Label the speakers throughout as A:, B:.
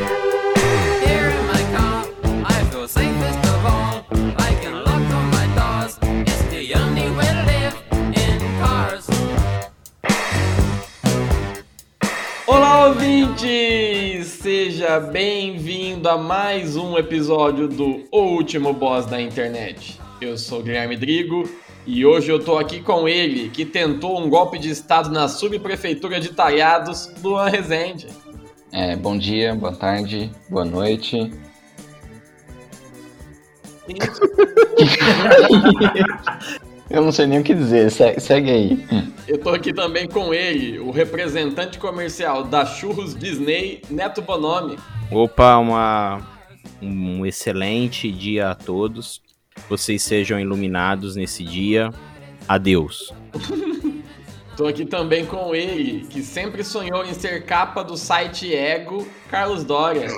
A: Here in my car, I feel safest of all. I can lock all my doors. It's the only way to live in cars.
B: Olá, ouvintes! Seja bem-vindo a mais um episódio do O Último Boss da Internet. Eu sou o Guilherme Drigo e hoje eu tô aqui com ele, que tentou um golpe de estado na subprefeitura de Talhados, Luan Rezende.
C: É, bom dia, boa tarde, boa noite. Eu não sei nem o que dizer, se- segue aí.
B: Eu tô aqui também com ele, o representante comercial da Churros Disney, Neto Bonomi.
D: Opa, uma, um excelente dia a todos. Vocês sejam iluminados nesse dia. Adeus.
B: Tô aqui também com ele, que sempre sonhou em ser capa do site Ego, Carlos Doria.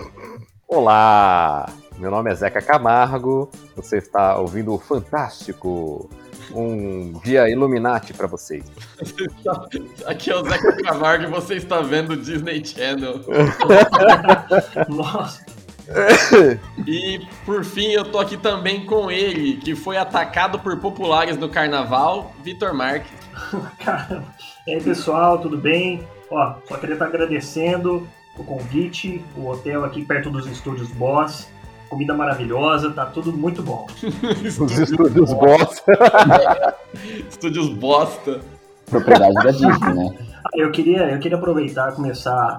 E: Olá, meu nome é Zeca Camargo, você está ouvindo o Fantástico, um dia Illuminati para vocês.
B: Aqui é o Zeca Camargo e você está vendo o Disney Channel. Nossa. E por fim, eu tô aqui também com ele, que foi atacado por populares no carnaval, Vitor Marques.
F: Caramba. E aí, pessoal, tudo bem? Ó, só queria estar agradecendo o convite, o hotel aqui perto dos estúdios Boss. Comida maravilhosa, tá tudo muito bom.
E: Os estúdios boss.
B: Estúdios bosta.
C: Propriedade da Disney, né?
F: Ah, Eu queria, eu queria aproveitar e começar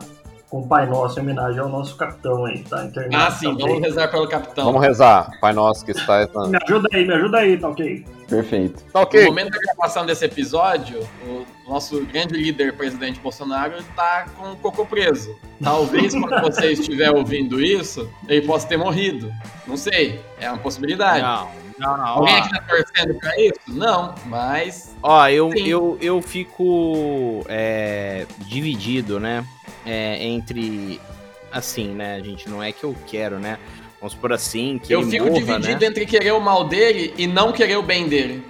F: com o Pai Nosso em homenagem ao nosso capitão aí, tá? Internacional.
B: Ah, sim, vamos rezar pelo capitão.
E: Vamos rezar, Pai Nosso que está...
F: Me ajuda aí, me ajuda aí, tá ok?
C: Perfeito.
E: Tá
B: No
E: ok,
B: momento da gravação desse episódio, o nosso grande líder, presidente Bolsonaro, tá com o coco preso. Talvez quando você estiver ouvindo isso, ele possa ter morrido. Não sei, é uma possibilidade.
D: Não, não, não.
B: Alguém
D: Ó,
B: aqui tá torcendo pra isso? Não, mas.
D: ó, eu,
B: Sim.
D: eu, eu fico é, dividido, né? É, entre. Assim, né, gente? Não é que eu quero, né? Vamos por assim, que
B: eu
D: ele
B: fico
D: morra,
B: dividido
D: né?
B: entre querer o mal dele e não querer o bem dele.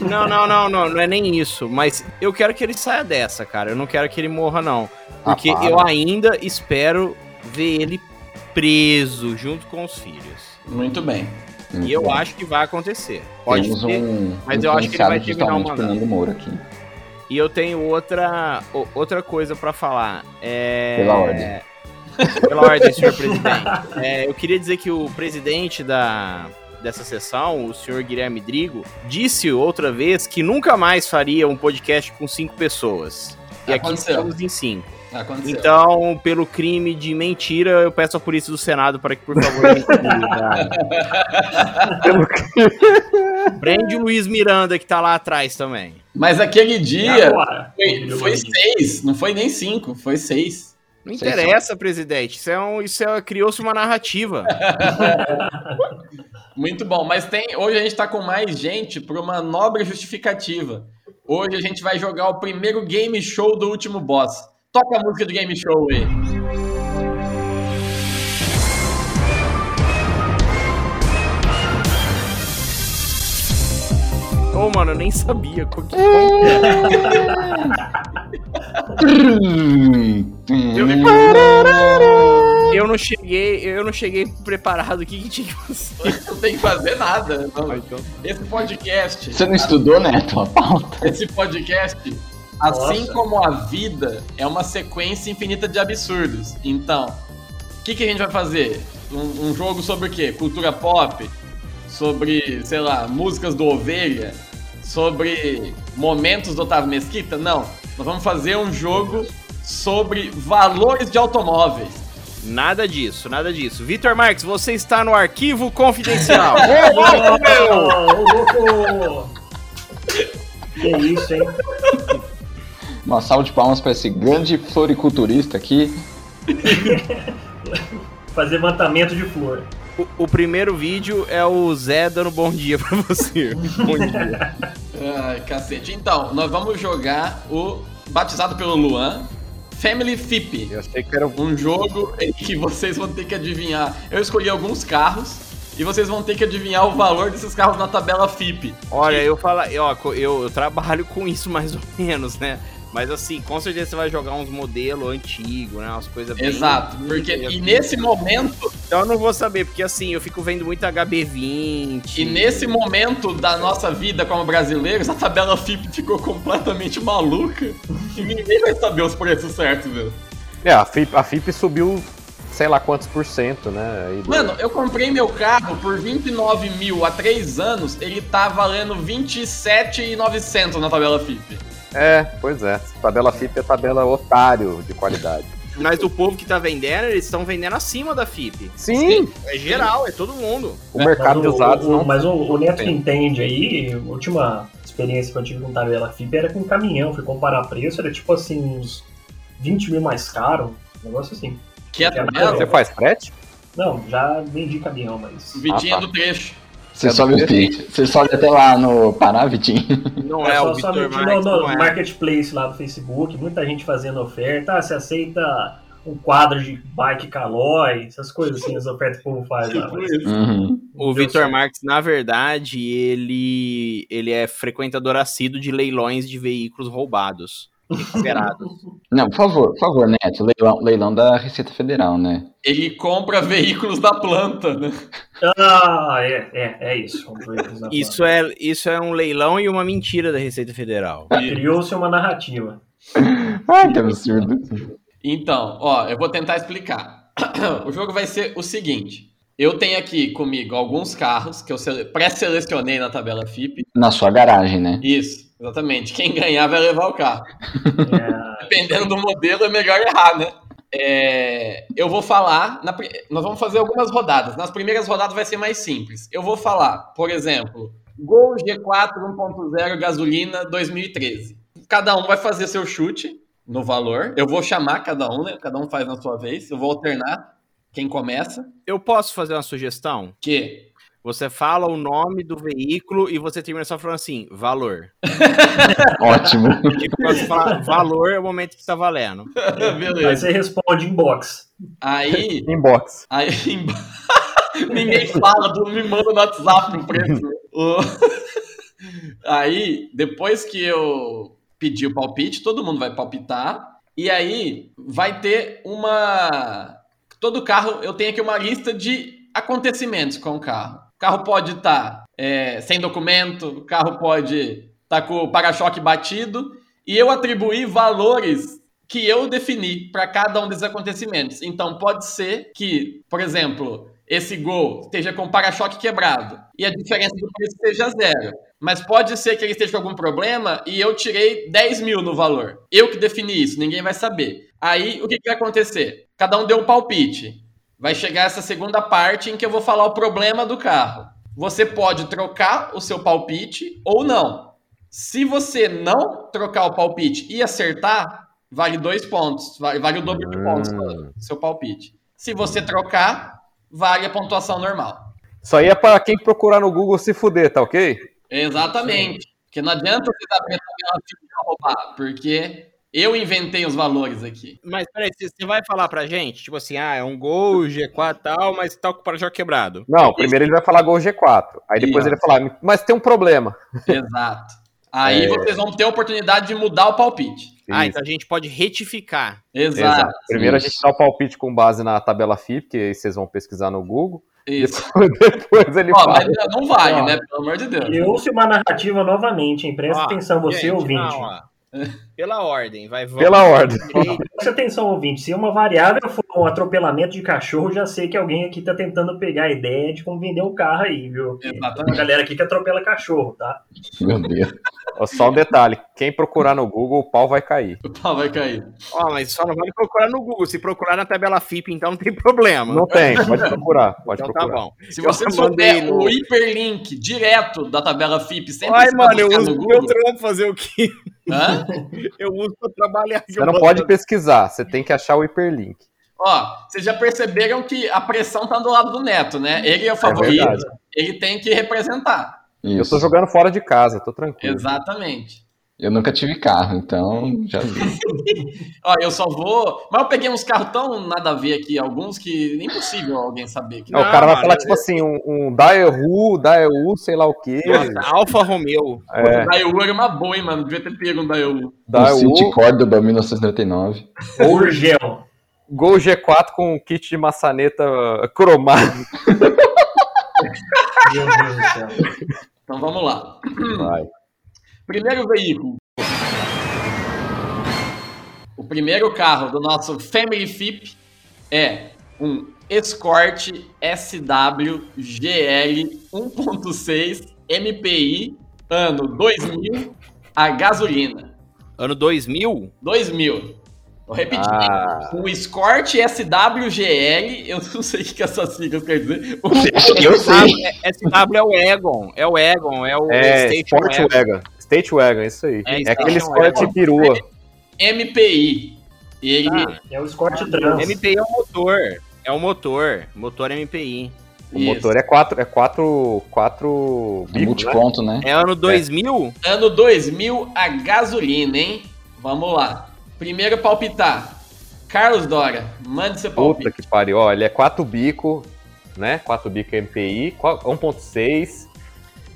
D: Não, não, não, não, não é nem isso. Mas eu quero que ele saia dessa, cara. Eu não quero que ele morra, não. Porque
C: Ah,
E: para.
D: eu ainda espero ver ele preso junto com os filhos.
B: Muito bem.
D: E eu acho que vai acontecer. Pode
C: Temos
D: ser.
C: um,
D: mas
C: um
D: eu acho que ele vai
C: influenciado
D: terminar
C: digitalmente
D: uma-
C: Fernando Moura aqui.
D: E eu tenho outra, o- outra coisa pra falar. É...
C: Pela ordem.
D: Pela ordem, senhor presidente. É, eu queria dizer que o presidente da, dessa sessão, o senhor Guilherme Drigo, disse outra vez que nunca mais faria um podcast com cinco pessoas. E aqui
B: Aconteceu.
D: estamos em cinco.
B: Aconteceu.
D: Então, pelo crime de mentira, eu peço à polícia do Senado para que, por favor, ele prende o Luiz Miranda, que tá lá atrás também.
B: Mas aquele
F: E
B: dia
F: agora?
B: foi, foi seis, não foi nem cinco, foi seis.
D: Não
C: Vocês
D: interessa, presidente. Isso é um, isso é, criou-se uma narrativa.
B: Muito bom. Mas tem. Hoje a gente tá com mais gente por uma nobre justificativa. Hoje a gente vai jogar o primeiro game show do último boss. Toca a música do game show aí.
D: Ô, mano, eu nem sabia. qual
B: É.
D: que- Hum. Eu não cheguei, eu não cheguei preparado. O que, que tinha que fazer?
B: Não tem que fazer nada. não. Esse podcast.
C: Você não estudou, né, Neto, a pauta?
B: Esse podcast, assim como a vida, é uma sequência infinita de absurdos. Então, o que, que a gente vai fazer? Um, um jogo sobre o quê? Cultura pop? Sobre, sei lá, músicas do Ovelha? Sobre momentos do Otávio Mesquita? Não. Nós vamos fazer um jogo sobre valores de automóveis.
D: Nada disso, nada disso. Vitor Marques, você está no arquivo confidencial.
F: Ô, louco! Que isso, hein?
C: Uma salva de palmas pra esse grande floriculturista aqui.
F: fazer levantamento de flor.
D: O, o primeiro vídeo é o Zé dando bom dia pra você. bom dia.
B: Ai, cacete. Então, nós vamos jogar o batizado pelo Luan, Family FIP.
E: Eu achei que era um.
B: Um jogo em que vocês vão ter que adivinhar. Eu escolhi alguns carros e vocês vão ter que adivinhar o valor desses carros na tabela FIP.
D: Olha, eu falo, eu, ó, co- eu, eu trabalho com isso mais ou menos, né? Mas assim, com certeza você vai jogar uns modelos antigos, né? Umas coisas bem.
B: Exato, porque e nesse momento,
D: Então eu não vou saber, porque assim, eu fico vendo muito HB20.
B: e nesse momento da nossa vida como brasileiros, a tabela FIP ficou completamente maluca e ninguém vai saber os preços certos, meu.
E: É, a FIP, a FIP subiu sei lá quantos por cento, né? aí do-
B: Mano, eu comprei meu carro por 29 mil há 3 anos, ele tá valendo 27,900 na tabela FIP.
E: É, pois é. Tabela FIP é tabela otário de qualidade.
D: Mas o povo que tá vendendo, eles estão vendendo acima da FIP.
E: Sim,
D: É geral, é todo mundo.
E: o mercado de
F: mas o-
E: usados
F: o,
E: não.
F: Mas o, o Neto que
E: tem.
F: entende aí, a última experiência que eu tive com tabela FIP era com caminhão, fui comparar preço, era tipo assim, uns 20 mil mais caro, um negócio assim.
B: Que é a
F: Que é
B: tabela?
E: Você faz frete?
F: Não, já vendi caminhão, mas...
B: Vitinho
E: Ah, Ah, tá.
B: do trecho.
C: Você sobe o pitch. Você sobe até lá no Pará, Vitinho.
D: Não é, o Vitor
F: somente
D: Marques,
F: no,
D: não
F: no
D: é.
F: marketplace lá do Facebook, muita gente fazendo oferta, ah, você aceita um quadro de bike calói, essas coisas assim, as ofertas que o povo faz lá.
B: Tipo
F: mas-
B: isso.
C: Uhum.
D: O Vitor Marques, na verdade, ele, ele é frequentador assíduo de leilões de veículos roubados. Recuperados.
C: Não, por favor, por favor, Neto. Leilão, leilão da Receita Federal, né?
B: Ele compra veículos da planta, né?
F: Ah, é, é, é isso. Vamos ver o que eles vão falar.
D: isso, é, isso é um leilão e uma mentira da Receita Federal.
F: Criou-se uma narrativa.
C: Ai, que absurdo.
B: Então, ó, eu vou tentar explicar. O jogo vai ser o seguinte. Eu tenho aqui comigo alguns carros que eu sele- pré-selecionei na tabela FIP.
C: Na sua garagem, né?
B: Isso, exatamente. Quem ganhar vai levar o carro.
F: É,
B: Dependendo do modelo, é melhor errar, né? É, eu vou falar. na pri- nós vamos fazer algumas rodadas. Nas primeiras rodadas vai ser mais simples. Eu vou falar, por exemplo, Gol G4 1.0 gasolina 2013. Cada um vai fazer seu chute no valor. Eu vou chamar cada um, né? Cada um faz na sua vez. Eu vou alternar quem começa.
D: Eu posso fazer uma sugestão?
B: Que
D: Você fala o nome do veículo e você termina só falando assim, valor.
C: Ótimo.
D: Porque quando você fala valor é o momento que tá valendo.
F: aí
B: beleza.
F: você responde inbox.
B: Aí,
E: Inbox.
B: aí ninguém fala, todo mundo me manda no WhatsApp o preço. O- aí, depois que eu pedir o palpite, todo mundo vai palpitar. E aí vai ter uma. Todo carro, eu tenho aqui uma lista de acontecimentos com o carro. O carro pode estar sem documento, o carro pode estar com o para-choque batido. E eu atribuí valores que eu defini para cada um desses acontecimentos. Então pode ser que, por exemplo, esse gol esteja com o para-choque quebrado e a diferença do preço seja zero. Mas pode ser que ele esteja com algum problema e eu tirei 10 mil no valor. Eu que defini isso, ninguém vai saber. Aí o que, que vai acontecer? Cada um deu um palpite. Vai chegar essa segunda parte em que eu vou falar o problema do carro. Você pode trocar o seu palpite ou não. Se você não trocar o palpite e acertar, vale dois pontos. Vale, vale o dobro de pontos
E: Hum.
B: seu palpite. Se você trocar, vale a pontuação normal.
E: Isso aí é pra quem procurar no Google se fuder, tá ok?
B: Exatamente. Porque não adianta você saber tabela FIP pra roubar, porque eu inventei os valores aqui.
D: Mas peraí, você você vai falar pra gente? Tipo assim, ah, é um gol, G4 tal, mas tal com o para-choque quebrado.
E: Não, primeiro ele vai falar gol G4. Aí depois
B: Isso.
E: ele vai falar, mas tem um problema.
B: Exato. Aí
E: É.
B: vocês vão ter a oportunidade de mudar o palpite.
D: Ah,
E: Isso,
D: então a gente pode retificar.
B: Exato.
E: exato. Primeiro
C: Isso.
E: a gente dá o palpite com base na tabela FIP, que aí vocês vão pesquisar no Google.
B: Isso.
E: depois ele
B: Ó,
E: fala.
B: mas não vale,
F: Ó.
B: né? Pelo amor de Deus.
F: Criou-se uma narrativa novamente, hein? Presta
D: Ó,
F: atenção, você
D: Gente,
F: ouvinte.
D: não, ó. Pela ordem, vai. vamos.
E: Pela ordem.
D: Direito,
F: Presta atenção, ouvinte. Se uma variável for um atropelamento de cachorro, já sei que alguém aqui tá tentando pegar a ideia de como vender um carro aí, viu? Tem uma
B: Exatamente.
F: galera aqui que atropela cachorro, tá?
C: Meu Deus.
E: Ó, Só um detalhe: quem procurar no Google, o pau vai cair.
B: O pau vai cair.
D: Ó, mas só não vale procurar no Google. Se procurar na tabela FIP, então não tem problema.
E: Não tem, pode procurar. Pode
D: então tá
E: procurar.
D: bom.
B: Se
D: Eu
B: você
D: mandei
B: souber o
D: no-
B: hiperlink direto da tabela FIP, sempre
D: Ai,
B: você vai
D: mano, eu
B: buscar
D: uso
B: no
D: o
B: Google.
D: meu trampo fazer o quê?
B: Hã?
D: Eu uso pra trabalhar.
E: Você não pode pesquisar, você tem que achar o hiperlink.
B: Ó, vocês já perceberam que a pressão tá do lado do Neto, né? Ele é o favorito,
E: verdade.
B: ele tem que representar.
E: Eu tô
G: Isso.
E: jogando fora de casa, tô tranquilo.
B: Exatamente.
G: Eu nunca tive carro, então já vi.
B: Ó, eu só vou. Mas eu peguei uns carros tão nada a ver aqui, alguns que nem possível alguém saber. Que
E: Não, o
D: Não,
E: cara vai
D: mano,
E: falar,
D: eu-
E: tipo assim, um, um Daewoo, Daewoo, sei lá o quê.
D: Nossa, Alfa Romeo.
E: É,
B: Daewoo era uma boa, hein, mano? Devia ter pego um Daewoo.
G: Um City
E: Daewoo,
G: Córdoba 1999.
F: Urgel.
E: Gol G4 com um kit de maçaneta cromado.
F: Meu Deus do céu.
B: Então vamos lá.
E: Vai.
B: Primeiro veículo. O primeiro carro do nosso Family FIP é um Escort SW GL 1.6 MPI, ano 2000, a gasolina.
D: Ano 2000?
B: 2000. Vou repetir.
E: Ah.
B: Um Escort SW GL, eu não sei o que que essa sigla quer dizer. Um
G: Eu sei.
D: É- SW é o Egon. É o Egon, é o
E: É,
D: Station
E: Sport
D: Wagon.
E: Wagon. State Wagon, isso aí.
D: É,
E: É,
D: Station
E: aquele
D: Wagon.
E: Sport perua.
B: MPI. Ele
D: Ah,
F: É o Escort Trans.
D: MPI é o motor. É o motor. Motor MPI.
E: O
B: Isso.
E: motor é quatro, é quatro, quatro
G: É
E: bicos, né?
G: multiponto, né?
D: É ano 2000?
B: Ano 2000 a gasolina, hein? Vamos lá. Primeiro palpitar. Carlos Dora, mande seu
E: Puta
B: palpite.
E: que pariu, ó, ele é 4 bico, né? 4 bico MPI, qua- 1.6,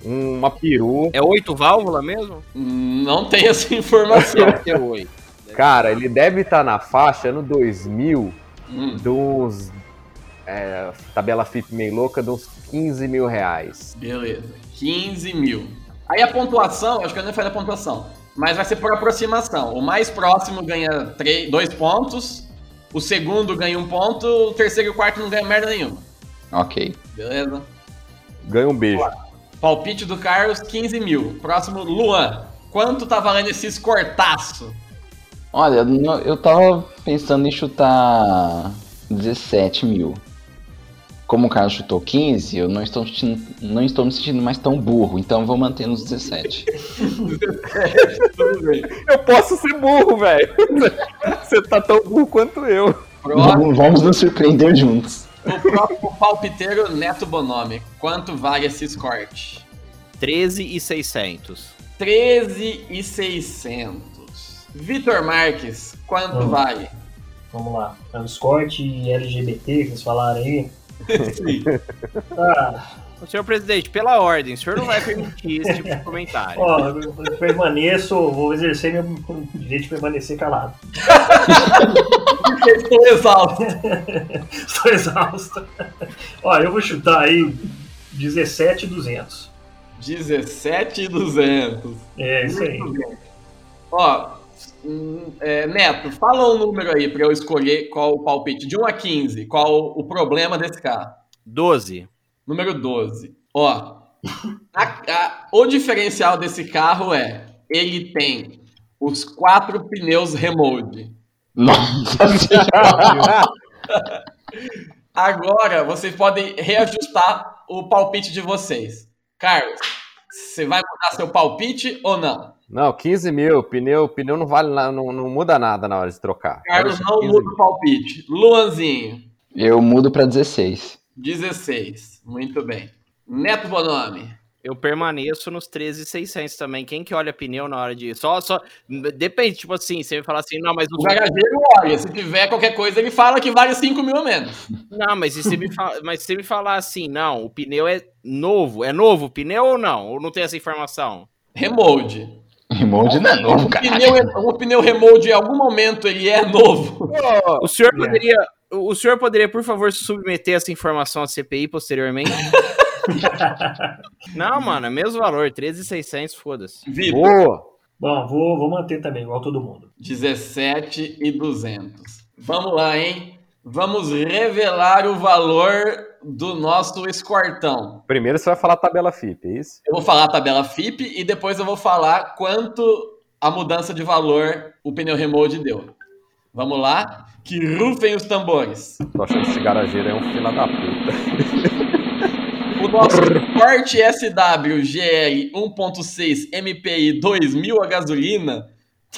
E: uma peru.
D: É oito válvulas mesmo?
B: Não tem essa
C: É.
B: informação.
D: Deve ter oito.
E: Cara, ele deve estar na faixa no 2000
B: Hum,
E: de uns. é, tabela FIP meio louca, de uns 15 mil reais.
B: beleza. 15 mil. Aí a pontuação, acho que eu não falei a pontuação, mas vai ser por aproximação. O mais próximo ganha três, dois pontos, o segundo ganha um ponto, o terceiro e o quarto não ganha merda nenhuma.
G: Ok.
B: Beleza?
E: Ganha um beijo.
B: Palpite do Carlos, 15 mil. Próximo, Luan. Quanto tá valendo esse escortaço?
G: Olha, no- eu tava pensando em chutar 17 mil. Como o cara chutou 15, eu não estou, sentindo- não estou me sentindo mais tão burro, então eu vou manter nos 17.
B: Tudo bem.
E: Eu posso ser burro, velho. Você tá tão burro quanto eu.
B: Próximo.
G: vamos, vamos nos surpreender juntos.
B: O próprio palpiteiro Neto Bonomi. Quanto vale esse escort?
D: 13 e 600.
B: 13,600. Vitor Marques, quanto
F: Hum.
B: vale?
F: Vamos lá. É o Escort e LGBT que vocês falaram aí.
B: Sim.
F: Ah,
D: Ô, Senhor presidente, pela ordem, o senhor não vai permitir esse tipo de comentário.
F: ó, eu permaneço, vou exercer meu direito de permanecer calado.
B: Estou exausto.
F: Estou exausto. Ó, eu vou chutar aí 17,200.
B: 17,200.
F: É, isso aí.
B: Uhum. Ó, hum, é, Neto, fala um número aí pra eu escolher qual o palpite. De 1 a 15, qual o problema desse carro?
D: 12.
B: Número 12. Ó, a- a- o diferencial desse carro é ele tem os quatro pneus remold.
G: Nossa senhora.
B: Agora vocês podem reajustar o palpite de vocês. Carlos, você vai mudar seu palpite ou não?
E: Não, 15 mil. Pneu, pneu não vale nada, não, não muda nada na hora de trocar.
B: Carlos não
E: 15
B: muda
E: mil.
B: o palpite. Luanzinho,
G: Eu mudo pra 16.
B: 16. Muito bem. Neto Bonomi.
D: Eu permaneço nos 13,600 também. Quem que olha pneu na hora de. Só, só. Depende, tipo assim, você me fala assim, não, mas o
B: O bagageiro olha, se tiver qualquer coisa, ele fala que vale 5 mil ou menos.
D: Não, mas e se me, fa- mas se me falar assim, não, o pneu é novo. É novo o pneu ou não? Ou não tem essa informação?
B: Remold.
G: Remote não é novo, cara.
B: Pneu, é- o pneu remold, em algum momento, ele é novo.
D: O senhor
F: É.
D: poderia. O o senhor poderia, por favor, submeter essa informação à CPI posteriormente? não, mano, é mesmo valor, 13,600, foda-se.
B: Vitor.
E: Boa!
F: Bom, vou, vou manter também, igual todo mundo.
B: 17 e 200. Vamos lá, hein? Vamos revelar o valor do nosso escortão.
E: Primeiro você vai falar tabela FIP, é isso?
B: Eu vou falar a tabela FIP e depois eu vou falar quanto a mudança de valor o pneu remold deu. Vamos lá? Que rufem os tambores.
E: Tô achando que esse garageiro é um fila da puta.
B: O nosso Sport um SW GL 1.6 MPI 2000 a gasolina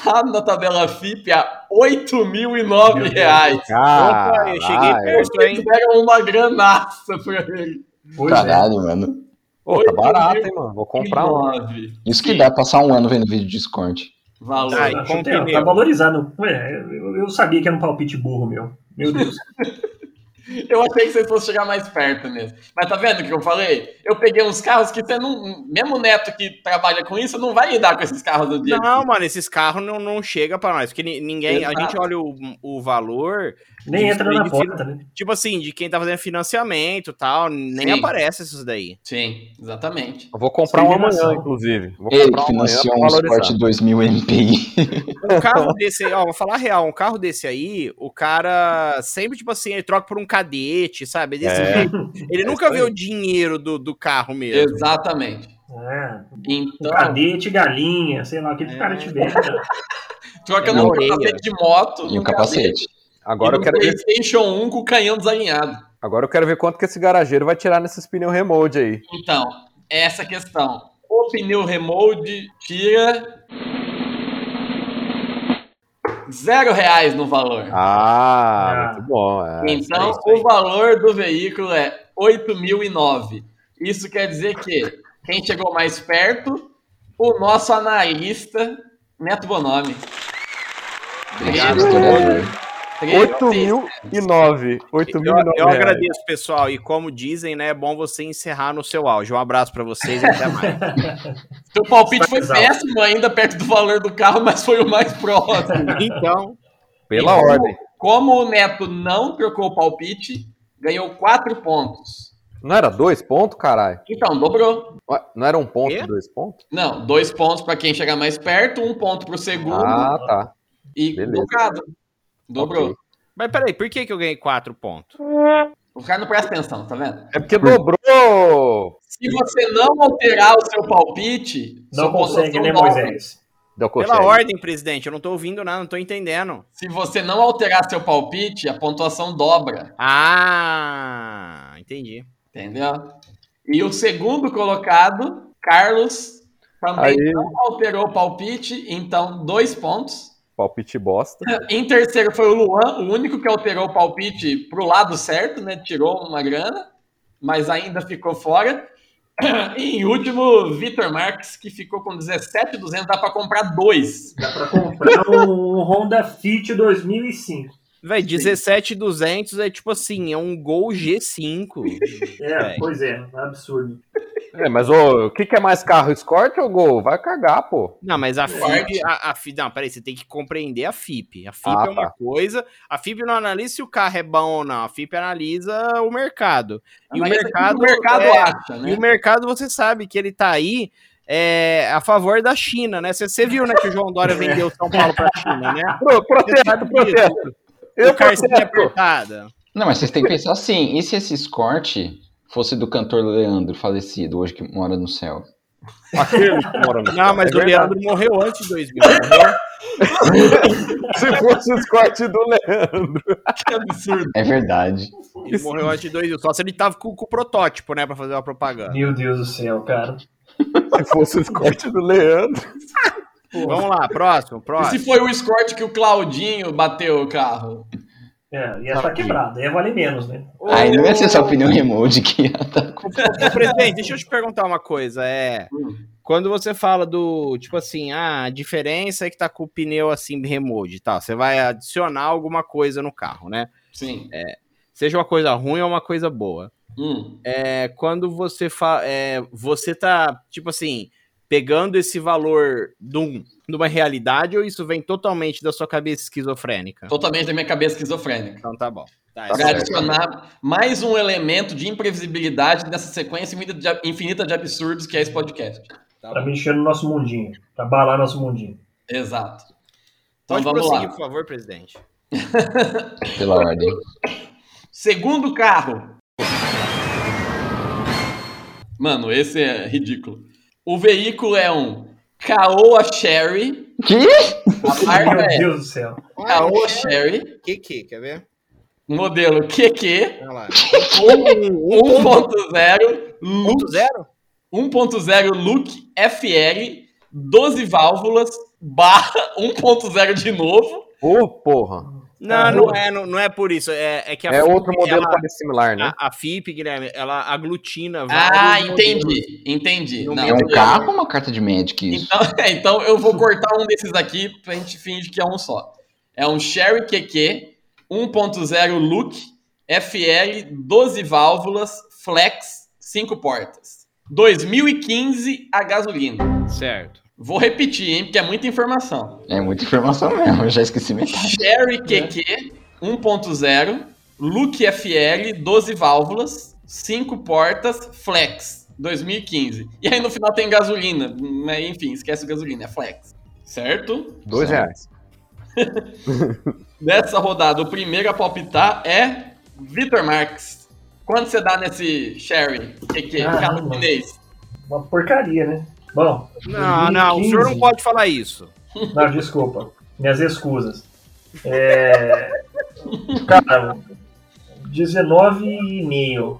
B: Tá na tabela FIP a 8.009 reais.
E: Ah,
D: Opa, eu cheguei
E: Caralho.
D: perto, hein?
B: Vocês pegam uma granaça pra ele.
F: Pois é.
G: Caralho, mano.
E: Ô, tá barato, hein, mano? Vou
B: é
E: comprar um.
B: nove.
G: Isso que dá passar um ano vendo vídeo de Discord.
B: Valor.
D: Ai,
F: Acho
D: compre
F: até- tá,
D: meu.
F: valorizando. Ué, eu, eu sabia que era um palpite burro, meu. Meu Deus.
B: Eu achei que vocês fossem chegar mais perto mesmo. Mas tá vendo o que eu falei? Eu peguei uns carros que você não. Mesmo o neto que trabalha com isso, não vai lidar com esses carros do dia.
D: Não, mano, esses carros não, não chegam pra nós. Porque ni- ninguém. A
B: Exato.
D: gente olha o, o valor,
F: Nem
D: Isso,
F: entra na
D: ele fica-
F: porta, né?
D: tipo assim, de quem tá fazendo financiamento e tal. Nem
B: Sim.
D: aparece esses daí.
B: Sim, exatamente.
E: Eu vou comprar um amanhã,
F: Indignação.
E: inclusive. Vou
G: Ele
E: comprar um amanhã
G: financiou
E: pra
G: um
E: valorizar.
G: Sport 2000 MPI.
D: Um carro desse aí, ó, vou falar a real, um carro desse aí, o cara sempre, tipo assim, ele troca por um cadete, sabe? Desse
E: É.
D: jeito. Ele nunca vê o dinheiro do, do carro mesmo.
B: Exatamente.
F: É, um
B: Então,
F: cadete, galinha, sei lá, o que que o cara tiver. cara.
B: troca
D: É
B: no
D: na orelha.
B: capacete de moto.
G: E
B: no
G: o capacete.
B: e
E: Agora eu,
B: no
E: quero ver,
B: PlayStation 1 com o canhão desalinhado.
E: agora eu quero ver quanto que esse garageiro vai tirar nesses pneus remote aí.
B: Então, é essa questão. O pneu remold tira. Zero reais no valor.
E: Ah,
F: Ah.
E: muito bom. é.
B: Então,
D: é isso aí.
B: o valor do veículo é 8.009. Isso quer dizer que quem chegou mais perto, o nosso analista Neto Bonomi.
G: Obrigado,
B: Treze-
G: historiador.
B: treze-
E: 8.009.
D: Eu,
E: 8.009.
D: eu agradeço, pessoal. E como dizem, né? É bom você encerrar no seu áudio. Um abraço pra vocês e até mais.
B: Seu palpite foi
F: Exato.
B: péssimo ainda perto do valor do carro, mas foi o mais próximo.
D: Então,
E: Pela
B: Então,
E: ordem.
B: Como o Neto não trocou o palpite, ganhou 4 pontos.
E: Não era dois pontos, caralho?
B: Então, dobrou.
E: Ué, Não era um ponto
D: Quê?
E: e dois pontos?
B: Não, dois pontos para quem chegar mais perto, um ponto para o segundo
E: Ah, tá.
B: e
E: beleza.
B: dobrado. Dobrou.
E: Ok.
D: mas peraí, por que, que eu ganhei quatro pontos?
B: O cara não presta atenção, tá vendo?
E: É porque dobrou!
B: Se você não alterar o seu palpite,
F: Não
B: sua
F: consegue,
B: pontuação
F: né,
B: dobra.
F: Moisés?
E: Deu
D: Pela ordem, presidente, eu não tô ouvindo nada, não tô entendendo.
B: Se você não alterar seu palpite, a pontuação dobra,
D: Ah, entendi.
B: entendeu? E o segundo colocado, Carlos, também
E: Aí.
B: não alterou o palpite, então dois pontos.
E: Palpite bosta.
B: Em terceiro foi o Luan, o único que alterou o palpite pro lado certo, né? Tirou uma grana, mas ainda ficou fora. E em último, Vitor Marques, que ficou com 17,200, dá para comprar dois.
F: Dá pra comprar um, um Honda Fit 2005.
D: Véi, 17,200 é tipo assim, é um Gol G5.
F: É,
D: É.
F: pois é, absurdo.
E: É, mas ô, o que, que é mais carro, Escort ou Gol? Vai cagar, pô.
D: Não, mas a
B: Forte.
D: FIP, a, a FIP, não, peraí, você tem que compreender a FIP. A FIP
E: Ah,
D: é uma coisa, a FIP não analisa se o carro é bom ou não, a FIP analisa o mercado. E o
B: Analisa
D: mercado,
B: o que o mercado
D: é,
B: acha,
D: E
B: né?
D: o mercado, você sabe que ele tá aí é, a favor da China, né? Você, você viu, né, que o João Dória vendeu São Paulo pra China, né?
E: Pro,
D: Você
E: protesto,
D: sabe
E: protesto.
D: disso.
E: Eu
D: O carcinha é
E: protesto.
D: apertada.
G: Não, mas vocês têm que pensar assim, e se esse escorte fosse do cantor Leandro, falecido, hoje que mora no céu?
E: Aquele que mora no
D: Não, mas
E: É
D: o
E: verdade.
D: Leandro morreu antes de 2000. morreu?
E: Se fosse o Escort do Leandro.
B: Que absurdo.
G: É verdade.
D: Ele morreu antes de 2000. Só se ele tava com, com o protótipo, né, pra fazer uma propaganda.
F: Meu Deus do céu, cara.
E: Se fosse o Escort do Leandro.
D: Vamos lá, próximo,
B: E
D: próximo.
B: se foi o Escort que o Claudinho bateu o carro?
F: É, ia estar quebrado, ia valer menos, né?
G: Aí não ia ser só pneu remote que ia tá com...
D: Ô, presidente, deixa eu te perguntar uma coisa. É,
B: Hum.
D: quando você fala do, tipo assim, ah, a diferença é que tá com o pneu assim remote e tal, você vai adicionar alguma coisa no carro, né?
B: Sim.
D: Seja uma coisa ruim ou uma coisa boa.
B: Hum.
D: É quando você fala, você tá, tipo assim, pegando esse valor de, um, de uma realidade ou isso vem totalmente da sua cabeça esquizofrênica?
B: É Totalmente da minha cabeça esquizofrênica.
D: Então tá bom. Tá,
B: Pra
D: certo.
B: adicionar mais um elemento de imprevisibilidade nessa sequência infinita de ab- infinita de absurdos que é esse podcast.
F: Pra mexer no nosso mundinho, pra balar nosso mundinho.
B: Exato. Então
D: Pode
B: vamos
D: prosseguir,
B: lá.
D: por favor, presidente.
G: pela ordem.
B: Segundo carro. Mano, esse é ridículo. O veículo é um Caoa Sherry.
G: Que?
B: A
F: Meu
B: marca é
F: Deus do céu.
B: Caoa Sherry.
D: que que, quer ver?
B: Modelo um QQ.
D: Olha lá.
B: 1.0 Look
D: 1.0?
B: 1.0 Look FL 12 válvulas, barra 1.0 de novo.
E: Ô, porra.
D: Não, não é, não, não é por isso. É, é que a
E: Ah, É
D: FIP,
E: outro modelo
D: ela-
E: parecido similar, né?
D: a, a FIP, Guilherme, ela aglutina
B: Ah,
D: vários modelos.
B: entendi. Entendi.
D: Não,
B: Não,
G: É um
B: beleza.
G: carro ou uma carta de Magic isso?
B: Então, é, então eu vou cortar um desses aqui pra gente fingir que é um só. É um Sherry QQ 1.0 Look FL 12 válvulas Flex 5 portas. 2015 a gasolina.
D: Certo.
B: Vou repetir, hein, porque é muita informação.
G: É muita informação mesmo, eu já esqueci metade.
B: Sherry um QQ 1.0 Look FL 12 válvulas 5 portas Flex 2015. E aí no final tem gasolina, mas enfim, esquece o gasolina, é Flex. Certo?
E: Dois
G: Certo.
E: reais.
B: Nessa rodada, o primeiro a palpitar é Vitor Marques. Quanto você dá nesse Sherry? Que que
F: Ah,
B: carro
F: mano.
B: chinês?
F: Uma porcaria, né? Bom.
D: Não, não, o senhor não
F: 2015.
D: pode falar isso.
F: Não, desculpa. Minhas excusas. É... Cara, 19,5.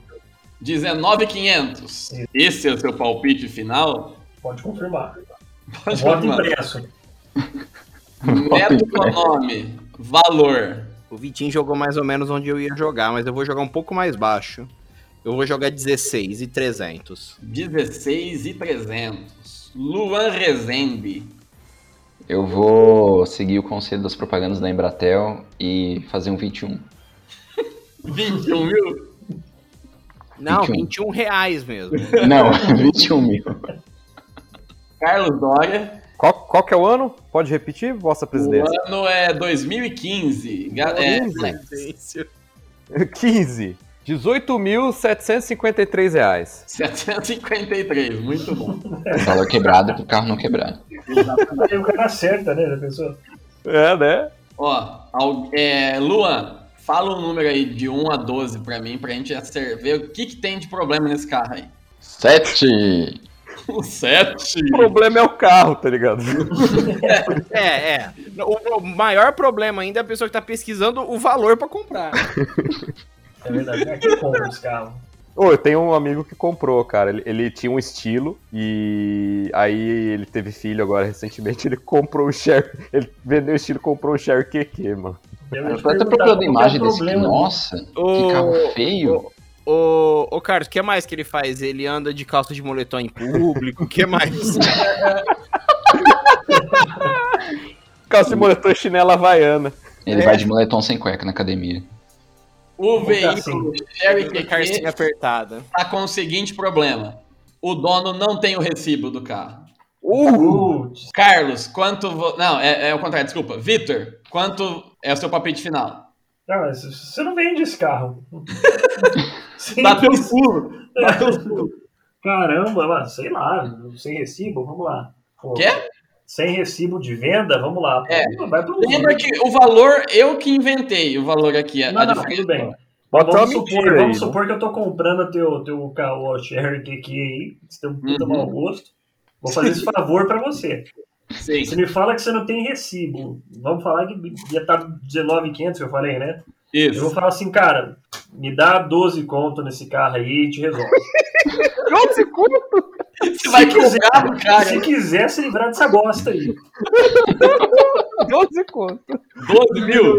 B: 19,500. Esse é o seu palpite final?
F: Pode confirmar.
B: Pode
F: Voto
B: confirmar.
F: impresso.
B: Neto com nome, valor.
D: O Vitinho jogou mais ou menos onde eu ia jogar, mas eu vou jogar um pouco mais baixo. Eu vou jogar 16 e 300.
B: 16,300. Luan Rezende.
G: Eu vou seguir o conselho das propagandas da Embratel e fazer um 21.
B: 21 mil.
D: Não,
G: 21.
D: 21 reais mesmo.
G: Não, 21 mil.
B: Carlos Doria.
E: Qual, qual que é o ano? Pode repetir, vossa
B: O
E: presidência?
B: ano é 2015. Ga- É,
E: 15. 18.753 reais.
B: 753. Muito bom.
G: Valor quebrado pro carro não quebrar.
F: Aí o cara acerta, né? Já pensou?
E: É, né?
B: Ó, al- é, Luan, fala um número aí de 1 a 12 pra mim, pra gente acer- ver o que, que tem de problema nesse carro aí.
G: 7!
B: Um 7.
E: O problema é o carro, tá ligado?
D: É, é. O, o maior problema ainda é a pessoa que tá pesquisando o valor pra comprar.
F: É verdade. É que compra os carros.
E: Ô, eu tenho um amigo que comprou, cara. Ele, ele tinha um estilo e aí ele teve filho agora recentemente. Ele comprou o share. Ele vendeu o estilo e comprou o share QQ, mano.
F: Eu ia
G: Eu
F: te
G: tô até
F: perguntar
G: procurando
F: qual
G: a
F: que
G: imagem
F: é o
G: desse aqui.
F: problema, né?
G: Nossa, que carro
D: Ô,
G: feio.
D: ô, ô, Carlos, o que mais que ele faz? Ele anda de calça de moletom em público, o que mais?
E: Calça de moletom e chinela havaiana.
G: Ele vai de moletom sem cueca na academia.
B: O veículo
F: assim.
B: Sherry
D: Carcinha
B: QQ
D: apertada.
B: tá com o seguinte problema. O dono não tem o recibo do carro.
F: Putz,
B: Carlos, quanto... vo- Não, é, é o contrário, desculpa. Vitor, quanto é o seu palpite final?
F: Não, mas você não vende esse carro. Sim.
B: Bateu um. o pulo. Bateu o pulo.
F: Caramba, mano, sei lá, sem recibo, vamos lá. Pô,
B: Quê?
F: Sem recibo de venda, vamos lá. Pô,
B: É.
F: Vai pro
B: Lembra que o valor, eu que inventei o valor aqui. A,
F: Não,
B: a
F: não,
B: diferença-
F: tudo bem.
E: Bota uma
F: vamos,
E: mentira
F: supor,
E: aí,
F: vamos
E: né?
F: supor que eu tô comprando teu, teu carro Sherry aqui aí, que você tem um puta
B: Uhum.
F: mau gosto. Vou fazer esse favor pra você.
B: Sim.
F: Você me fala que você não tem recibo. Vamos falar que ia tá estar 19,500, eu falei, né? Eu vou
B: Isso.
F: falar assim, cara, me dá 12 conto nesse carro aí e te resolve.
B: Você vai
F: Se quiser,
B: cobrar do cara.
F: Se quiser se livrar dessa bosta aí.
E: 12 conto.
B: 12 mil.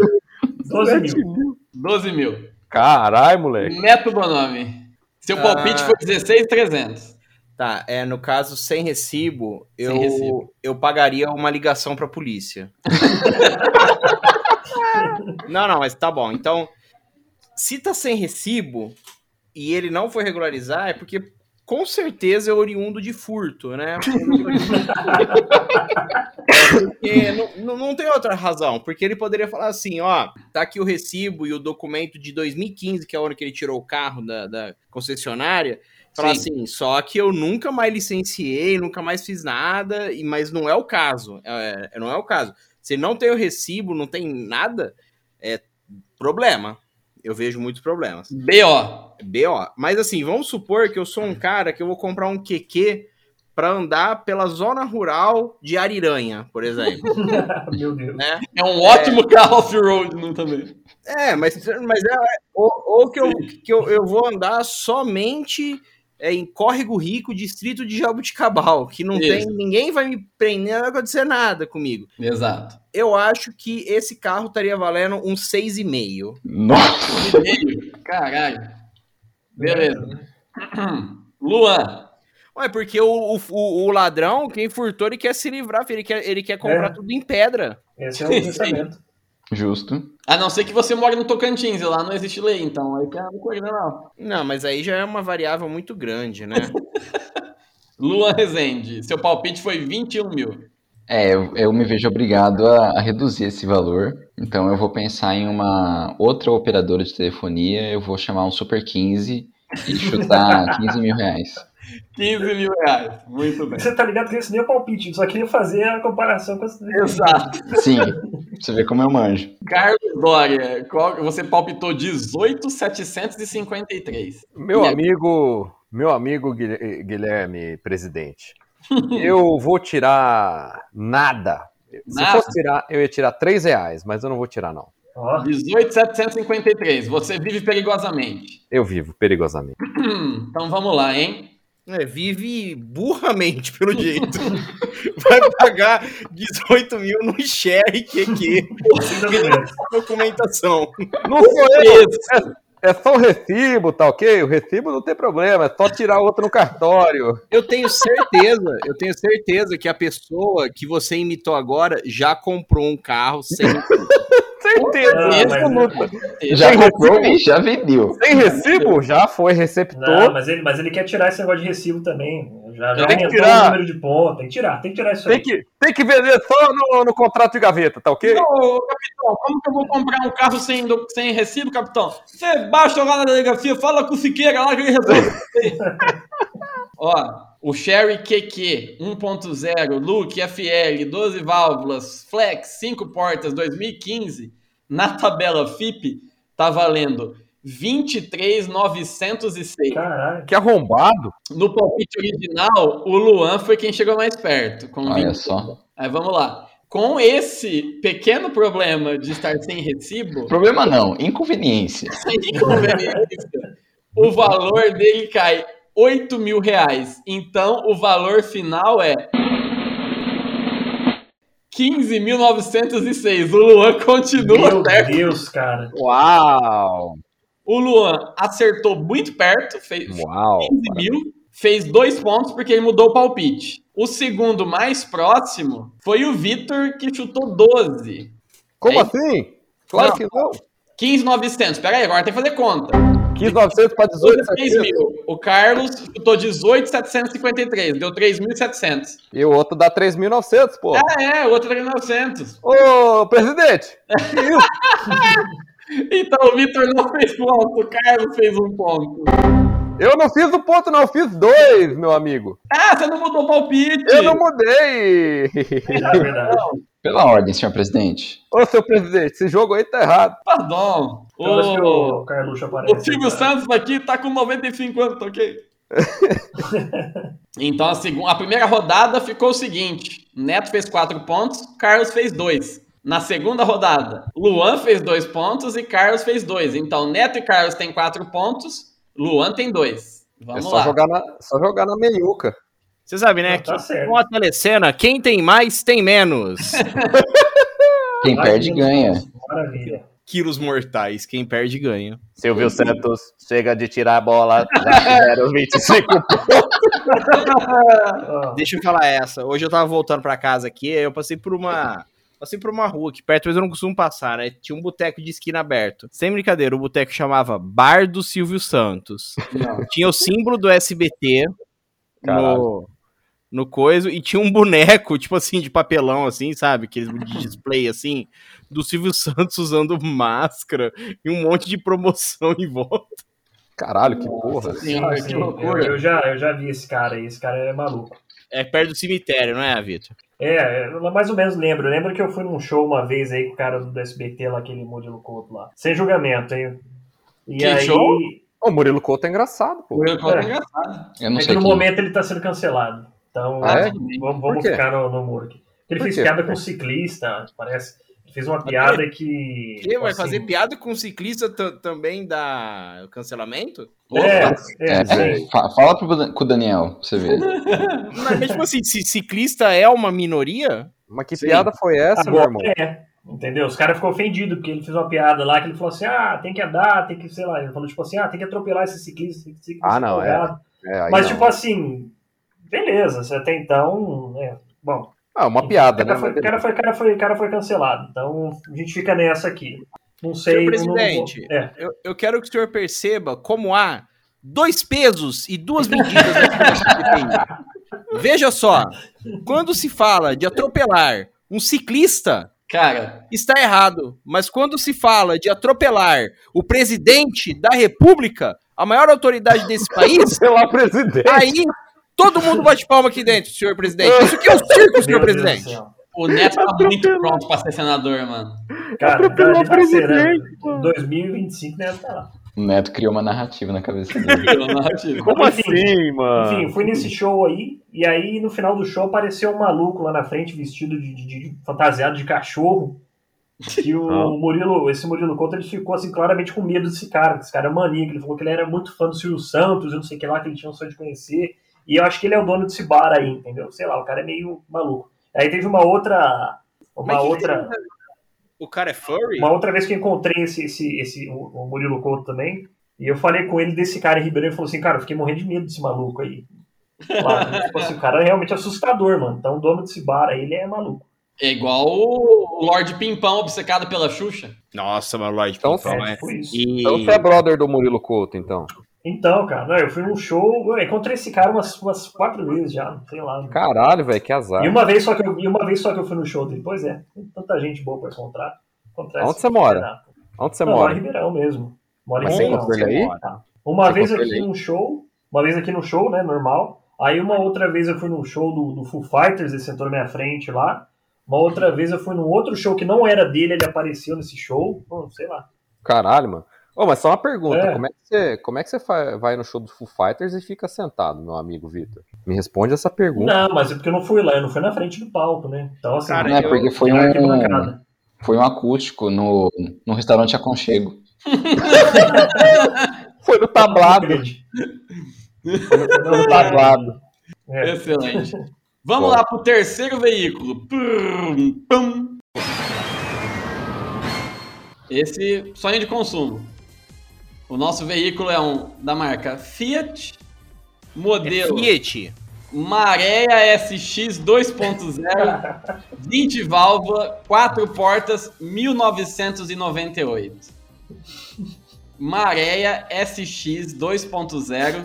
F: 12 mil.
B: 12 mil.
E: Caralho, moleque.
B: Neto Bonome. Seu palpite
D: Ah.
B: foi 16,300.
D: Tá, é, no caso, sem recibo,
B: Sem
D: eu,
B: recibo.
D: eu pagaria uma ligação pra polícia. não, não, mas tá bom. Então, se tá sem recibo e ele não foi regularizar, é porque com certeza é oriundo de furto, né? Porque não, não- não tem outra razão. Porque ele poderia falar assim: ó, tá aqui o recibo e o documento de 2015, que é a hora que ele tirou o carro da, da concessionária. Falar assim, só que eu nunca mais licenciei, nunca mais fiz nada, e mas não é o caso. É, é- não é o caso. Se não tem o recibo, não tem nada, é problema. Eu vejo muitos problemas.
B: B.O.
D: BO. Mas assim, vamos supor que eu sou um cara que eu vou comprar um QQ pra andar pela zona rural de Ariranha, por exemplo.
F: Ah, Meu Deus.
D: né?
B: É um ótimo carro off-road não, também.
D: É, mas, mas é, é- ou, ou que, eu, que eu, eu vou andar somente é em Córrego Rico, distrito de Jabuticabal, que não
B: Isso.
D: tem, ninguém vai me prender, não vai acontecer nada comigo.
B: Exato.
D: Eu acho que esse carro estaria valendo um 6,5.
G: Nossa,
B: Caralho. Beleza.
F: né?
B: Luan.
D: Ué, porque o, o, o- o ladrão, quem furtou, ele quer se livrar, filho, ele quer, ele quer comprar
F: É.
D: tudo em pedra.
F: Esse é o
B: Sim,
F: pensamento.
G: justo.
B: A não ser que você mora no Tocantins, e lá não existe lei, então aí que é uma coisa, não.
D: Não, mas aí já é uma variável muito grande, né?
B: Luan Rezende, seu palpite foi 21 mil.
G: É, eu, eu me vejo obrigado a, a reduzir esse valor. Então eu vou pensar em uma outra operadora de telefonia. Eu vou chamar um Super 15 e chutar 15 mil reais.
B: 15 mil reais. Muito bem.
F: Você tá ligado que esse nem é o palpite, eu só queria fazer a comparação com as.
B: Exato.
G: Sim, pra você ver como eu manjo.
B: Carlos Doria, qual- você palpitou 18,753.
E: Meu
B: E aí?
E: amigo, meu amigo Guilhe- Guilherme, presidente, eu vou tirar nada. Se
B: Nada?
E: fosse tirar, eu ia tirar 3 reais, mas eu não vou tirar, não.
F: Ó,
B: 18,753. Você vive perigosamente.
E: Eu vivo perigosamente.
B: Hum, então vamos lá, hein?
D: É, vive burramente, pelo jeito. Vai pagar 18 mil no share QQ,
F: ainda não é.
D: documentação.
E: Não sou eu! É, é só o recibo, tá ok? O recibo não tem problema, é só tirar outro no cartório.
D: Eu tenho certeza, eu tenho certeza que a pessoa que você imitou agora já comprou um carro sem.
E: Certeza,
F: Ah, mas-
E: absoluta.
G: Já
E: Tem
G: comprou
E: recibo?
G: e já vendeu.
E: Tem recibo? Já foi
F: Não,
E: receptor.
F: mas ele, mas ele quer tirar esse negócio de recibo também. Já, já
E: Tem que
F: aumentou
E: tirar.
F: o número de pontos. Tem que tirar, tem que tirar isso aí.
E: Tem que, tem que vender só no, no contrato de gaveta, tá ok?
B: Ô, ô, capitão, como que eu vou comprar um carro sem, do- sem recibo, capitão? Você baixa lá na delegacia, fala com o Siqueira lá que ele resolve. Ó, o Sherry QQ 1.0, Luke FL, 12 válvulas, Flex, 5 portas, 2015, na tabela FIP, tá valendo 23,906.
F: Caralho.
E: Que arrombado.
B: No palpite original, o Luan foi quem chegou mais perto, com
G: Olha
B: 20
G: só.
B: Aí vamos lá. Com esse pequeno problema de estar sem recibo,
G: Problema não, inconveniência.
B: sem inconveniência, o valor dele cai 8 mil reais. Então o valor final é 15.906. O Luan continua
F: Meu
B: certo.
F: Deus, cara.
E: Uau!
B: O Luan acertou muito perto, fez
E: Uau!
B: 15 mil, fez dois pontos porque ele mudou o palpite. O segundo mais próximo foi o Vitor, que chutou 12.
E: Como
B: É
E: assim? Claro que não.
B: 15,900. Pera aí, agora tem que fazer conta.
E: 15,900 para
B: 16
E: 18,700.
B: é mil. O Carlos chutou 18,753. Deu 3.700.
E: E o outro dá 3.900, pô.
B: Ah, é, o outro 3.900.
E: Ô, presidente! Que isso?
B: Então o Vitor não fez ponto. O Carlos fez um ponto.
E: Eu não fiz o ponto, não. Eu fiz dois, meu amigo.
B: Ah, você não mudou o palpite.
E: Eu não mudei.
F: É verdade.
G: Pela ordem, senhor presidente.
E: Ô, seu presidente, esse jogo aí tá errado.
B: Pardon.
F: Então, acho que
B: O,
F: o Carluxo aparece.
B: o Silvio
F: cara.
B: Santos aqui tá com 95 anos, tá ok? então a, segunda, a primeira rodada ficou o seguinte: Neto fez 4 pontos, Carlos fez 2. Na segunda rodada, Luan fez 2 pontos e Carlos fez 2. Então Neto e Carlos têm 4 pontos, Luan tem 2.
E: é
B: Vamos
E: só
B: lá.
E: jogar, na, só jogar na meiuca.
D: Você sabe, né?
F: Não, tá
D: que
F: certo.
D: com a telecena, quem tem mais tem menos.
G: Quem perde ganha.
F: Maravilha.
D: Quilos mortais, quem perde ganha.
E: Silvio Santos chega de tirar a bola. Já fizeram 25
F: Ah,
D: Deixa eu falar essa. Hoje eu tava voltando pra casa aqui, aí eu passei por uma. Passei por uma rua aqui perto, mas eu não costumo passar, né? Tinha um boteco de esquina aberto. Sem brincadeira, o boteco chamava Bar do Silvio Santos. Tinha o símbolo do SBT no,
E: Caralho.
D: no coiso e tinha um boneco, tipo assim, de papelão, assim, sabe? Aqueles de display, assim, do Silvio Santos usando máscara e um monte de promoção em volta.
E: Caralho, que porra.
B: Senhora,
F: sim, É.
B: que
F: eu,
B: loucura.
F: eu já, eu já vi esse cara aí. Esse cara é maluco.
D: É perto do cemitério, não é, Vitor?
F: É, eu mais ou menos lembro. Eu lembro que eu fui num show uma vez aí com o cara do SBT lá, aquele Murilo Couto lá. Sem julgamento, hein? E
B: Que
F: aí.
B: show?
E: O Murilo Couto é engraçado, pô.
B: O Will Costa é
F: É.
B: engraçado.
G: Eu não
F: é
G: sei
F: que no
G: quem.
F: momento ele tá sendo cancelado. Então,
E: Ah, é?
F: vamos,
E: Por
F: vamos
E: quê?
F: ficar no, no muro aqui. Ele
E: Por
F: fez
E: quê?
F: piada com um ciclista, parece. Ele Fez uma piada que.
D: Quem vai
F: assim,
D: fazer piada com ciclista t- também dá cancelamento?
F: É, é,
G: É,
F: sim.
G: fa- fala pro, Dan- com o Daniel, pra você ver.
D: Mas, mas, tipo assim, se ciclista é uma minoria,
E: Mas que
D: Sim.
E: piada foi essa, meu
F: Agora,
E: irmão?
F: é, entendeu? Os caras ficou ofendido porque ele fez uma piada lá que ele falou assim: ah, tem que andar, tem que, sei lá, ele falou tipo assim: ah, tem que atropelar esse ciclista, tem que ciclista
E: Ah, não, é.
F: folgado."
E: É, aí
F: Mas
E: não.
F: tipo assim, beleza, você até então, né? Bom,
E: Ah, uma piada,
F: o
E: né?
F: cara, foi, o cara, foi, o cara, foi, o cara foi cancelado, então a gente fica nessa aqui. Não
D: Senhor
F: sei. não- não-
D: presidente.
F: é,
D: eu, eu quero que o senhor perceba como há dois pesos e duas medidas nessa questão que tem. Veja só, quando se fala de atropelar um ciclista,
B: Cara,
D: está errado. Mas quando se fala de atropelar o presidente da república, a maior autoridade desse país,
E: Sei lá, presidente.
D: aí todo mundo bate palma aqui dentro, senhor presidente. Isso aqui é o circo, senhor
F: meu Deus do
D: presidente.
F: céu.
B: o Neto tá muito pronto pra ser senador, mano.
F: Cara, então a gente vai ser, né?
E: presidente, Ah.
F: Em 2025, né? Tá lá.
G: O Neto criou uma narrativa na cabeça dele.
E: Como
F: Enfim,
E: assim, mano?
F: Enfim, fui nesse show aí, e aí no final do show apareceu um maluco lá na frente, vestido de, de- de- fantasiado de cachorro. Que
E: Ah.
F: o Murilo, esse Murilo Couto, ele ficou assim, claramente com medo desse cara, que esse cara é maníaco. Ele falou que ele era muito fã do Silvio Santos, eu não sei o que lá, que ele tinha um sonho de conhecer. E eu acho que ele é o dono desse bar aí, entendeu? Sei lá, o cara é meio maluco. Aí teve uma outra. Uma
D: Mas que
F: outra.
D: O cara é furry?
F: Uma outra vez que eu encontrei esse, esse, esse, o o Murilo Couto também, e eu falei com ele desse cara em Ribeirão, ele falou assim, cara, eu fiquei morrendo de medo desse maluco aí. Lá, tipo assim, o cara é realmente assustador, mano. Então o dono desse bar aí, ele é maluco.
B: É igual o Lorde Pimpão obcecado pela Xuxa.
D: Nossa, mas Lloyd,
E: Então,
D: Pimpão,
F: é,
D: é.
F: tipo isso.
D: E-
E: Então você é brother do Murilo Couto, então.
F: Então, cara, né, eu fui num show, eu encontrei esse cara umas, umas quatro vezes já, sei lá.
E: Caralho, velho, que azar.
F: E uma vez só que eu, e uma vez só que eu fui no show dele. Pois é, tem tanta gente boa pra encontrar. Acontece.
E: Onde você mora? Onde você
F: Não, mora
E: mora?
F: em Ribeirão mesmo. Mora em
E: Mas você
F: Ribeirão.
E: encontrou ele aí?
F: Tá. Uma
E: Você
F: vez
E: encontrou
F: aqui
E: ele aí?
F: num show, uma vez aqui no show, né, normal. Aí uma outra vez eu fui num show do, do Foo Fighters, ele sentou na minha frente lá. Uma outra vez eu fui num outro show que não era dele, ele apareceu nesse show. Pô, sei lá.
E: Caralho, mano. Ô, mas só uma pergunta.
F: É.
E: Como é que você, como é que você fa- vai no show do Foo Fighters e fica sentado, meu amigo Vitor? Me responde essa pergunta.
F: Não, mas é porque eu não fui lá, eu não fui na frente do palco, né? Então, assim,
D: Cara,
G: Não é
D: eu-
G: porque foi
F: na
G: um,
F: arquibancada.
G: foi um acústico no, no restaurante Aconchego.
E: Foi no tablado.
F: Não,
E: tablado.
F: É.
B: Excelente. Vamos
E: Bom.
B: lá pro terceiro veículo. Prum, pum. Esse sonho de consumo. O nosso veículo é um da marca Fiat,
D: É
B: modelo
D: Fiat.
B: Maréia SX 2.0, 20 válvula, 4 portas, 1998. Maréia SX 2.0,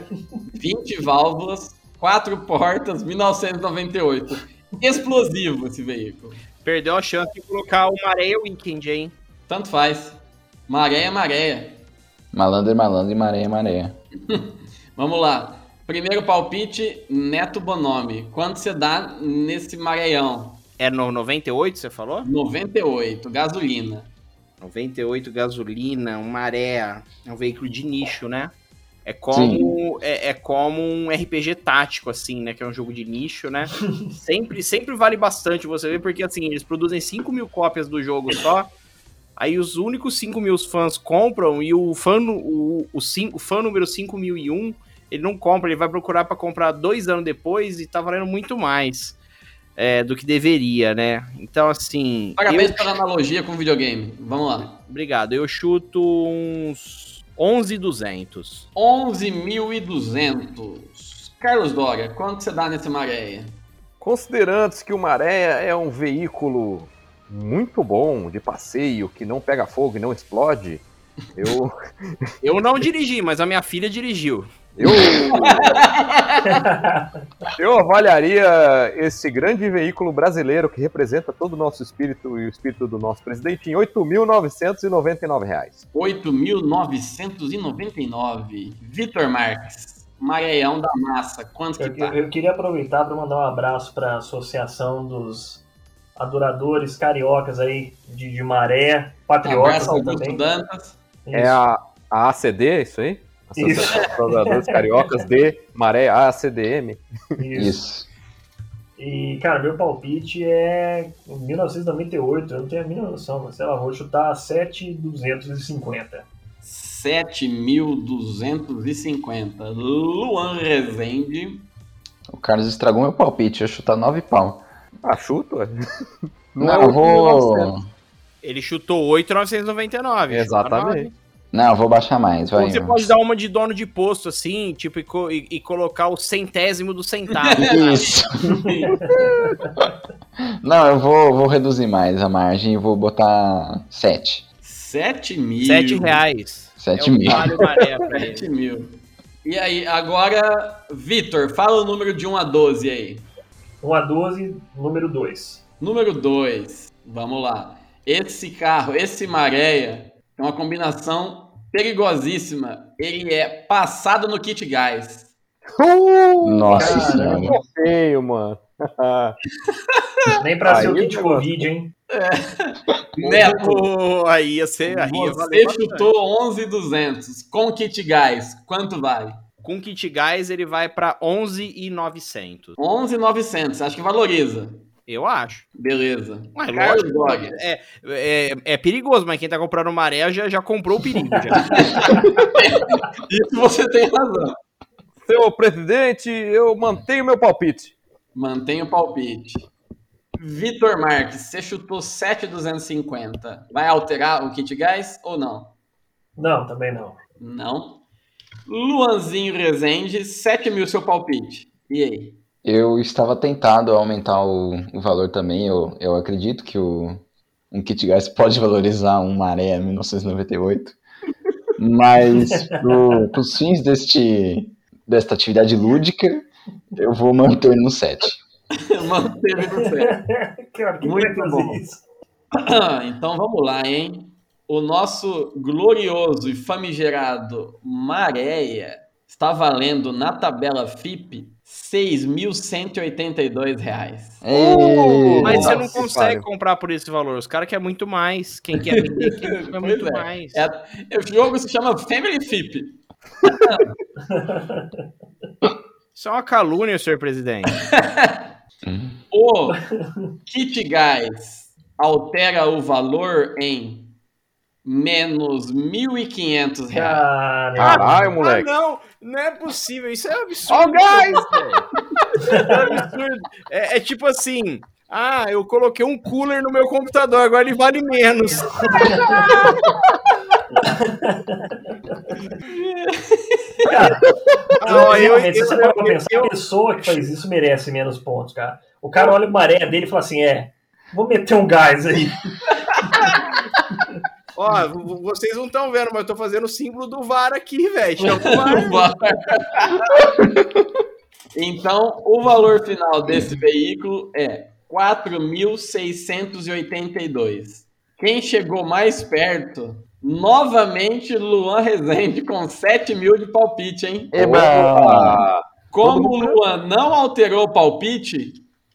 B: 20 válvulas, 4 portas, 1998. Explosivo esse veículo.
D: Perdeu a chance de colocar o Maréia Weekend, hein?
B: Tanto faz. Maréia, maréia.
G: Malandro é malandro e maré é maré.
B: Vamos lá. Primeiro palpite, Neto Bonomi. Quanto você dá nesse maranhão?
D: É no 98, você falou?
B: 98, gasolina.
D: 98 gasolina, um maré, é um veículo de nicho, né? É como, é, é como um RPG tático, assim, né? Que é um jogo de nicho, né? sempre, sempre vale bastante você ver, porque assim, eles produzem 5 mil cópias do jogo só. Aí os únicos 5 mil fãs compram, e o fã, nu- o, o, cin- o fã número 5001, ele não compra, ele vai procurar pra comprar dois anos depois e tá valendo muito mais é, do que deveria, né? Então, assim.
B: Parabéns
D: eu-
B: pela analogia com videogame. Vamos lá.
D: Obrigado. Eu chuto uns 11,200.
B: 11.200. Carlos Dória, quanto você dá nesse maréia?
E: Considerando que o Maré é um veículo muito bom de passeio, que não pega fogo e não explode, eu.
D: Eu não dirigi, mas a minha filha dirigiu.
E: Eu, eu avaliaria esse grande veículo brasileiro que representa todo o nosso espírito e o espírito do nosso presidente em R$ 8.999. reais.
B: 8.999. Vitor Marques, Maranhão da Massa, quanto que
F: Eu,
B: tá?
F: eu- eu queria aproveitar para mandar um abraço para a Associação dos Adoradores Cariocas aí de, de Maré, Patriotas
B: Abraço Augusto
F: também.
B: Dantas.
F: Isso.
E: É a, a ACD, isso aí? Associação dos Jogadores Cariocas de Maré ACDM.
F: Isso.
G: Isso.
F: E, cara, meu palpite é 1998, eu não tenho a mínima noção, mas sei lá, vou chutar 7,250.
B: 7.250. Luan Rezende.
G: O Carlos estragou meu palpite, eu ia chutar 9 pau.
E: Ah, chuta, ué.
G: Não,
F: é
G: eu vou.
E: 8.900.
D: Ele chutou 8,999. chuta
E: Exatamente.
G: Não, eu vou baixar mais,
D: Ou
G: vai.
D: você pode dar uma de dono de posto, assim, tipo, e, co- e- e colocar o centésimo do centavo.
G: Isso. Não, eu vou, vou reduzir mais a margem e vou botar 7.
B: 7 mil.
D: 7 reais.
G: 7
D: é o
G: mil.
D: vale maré pra ele.
B: 7 mil. E aí, agora, Vitor, fala o número de 1 a 12 aí.
F: 1 a 12, número 2.
B: Número 2, vamos lá. Esse carro, esse Maréia, é uma combinação perigosíssima. Ele é passado no kit gás.
G: Nossa
F: Caramba.
G: senhora.
E: Ficou feio, mano.
F: Nem pra
E: Aí
F: ser o
E: o
F: kit
E: negócio.
F: Covid, hein?
B: Neto,
D: Pô, aí ia ser. Aí ia valer
B: você
D: bastante.
B: chutou 11,200 com kit gás. Quanto vale?
D: Com kit gás, ele vai pra 11,900.
B: 11,900. Acho que valoriza.
D: Eu acho.
B: Beleza.
D: Ué,
B: Carlos
D: lógico.
B: Dog.
D: É, é, é perigoso, mas quem tá comprando maré já, já comprou o perigo. já.
B: Isso você tem razão.
E: Seu presidente, eu mantenho meu palpite.
B: Mantém o palpite. Vitor Marques, você chutou 7,250. Vai alterar o kit gás ou não?
F: Não, também não.
B: Não. Luanzinho Rezende, 7 mil seu palpite. E aí?
G: Eu estava tentado a aumentar o, o valor também. Eu, eu acredito que o, um kit gás pode valorizar um maré 1998. Mas para os fins deste, desta atividade lúdica, eu vou manter no 7.
B: Manteve no certo.
F: Cara, quem
B: Muito
F: vai fazer
B: bom.
F: isso?
B: Então vamos lá, hein? O nosso glorioso e famigerado Maréia está valendo na tabela FIP R$ 6.182. reais.
G: Ei,
D: mas você não
E: Nossa,
D: consegue
E: cara.
D: comprar por esse valor. Os caras querem muito mais. Quem quer vender, quer
B: Pois
D: muito
B: é.
D: mais.
B: É, o jogo se chama Family FIP.
D: Isso é uma calúnia, senhor presidente.
B: O Kit Gás altera o valor em menos R$ 1.500. reais.
F: Cara,
E: Caralho, moleque.
D: não, não é possível. Isso é um absurdo. velho. É um absurdo. É, é tipo assim. Ah, eu coloquei um cooler no meu computador, agora ele vale menos.
F: cara
D: Ah, ó, eu-
F: realmente, se
B: é
F: você
D: eu-
F: parar
D: eu-
F: pra pensar, a pessoa que faz isso merece menos pontos, cara. O cara olha o maré dele e fala assim: é, vou meter um gás aí.
D: Ó, v- v- vocês não estão vendo, mas eu tô fazendo o símbolo do VAR aqui, velho. Chama o VAR.
B: Então, o valor final desse veículo é 4.682. Quem chegou mais perto, novamente Luan Rezende com 7 mil de palpite, hein?
G: Eba!
B: Como o Luan não alterou o palpite,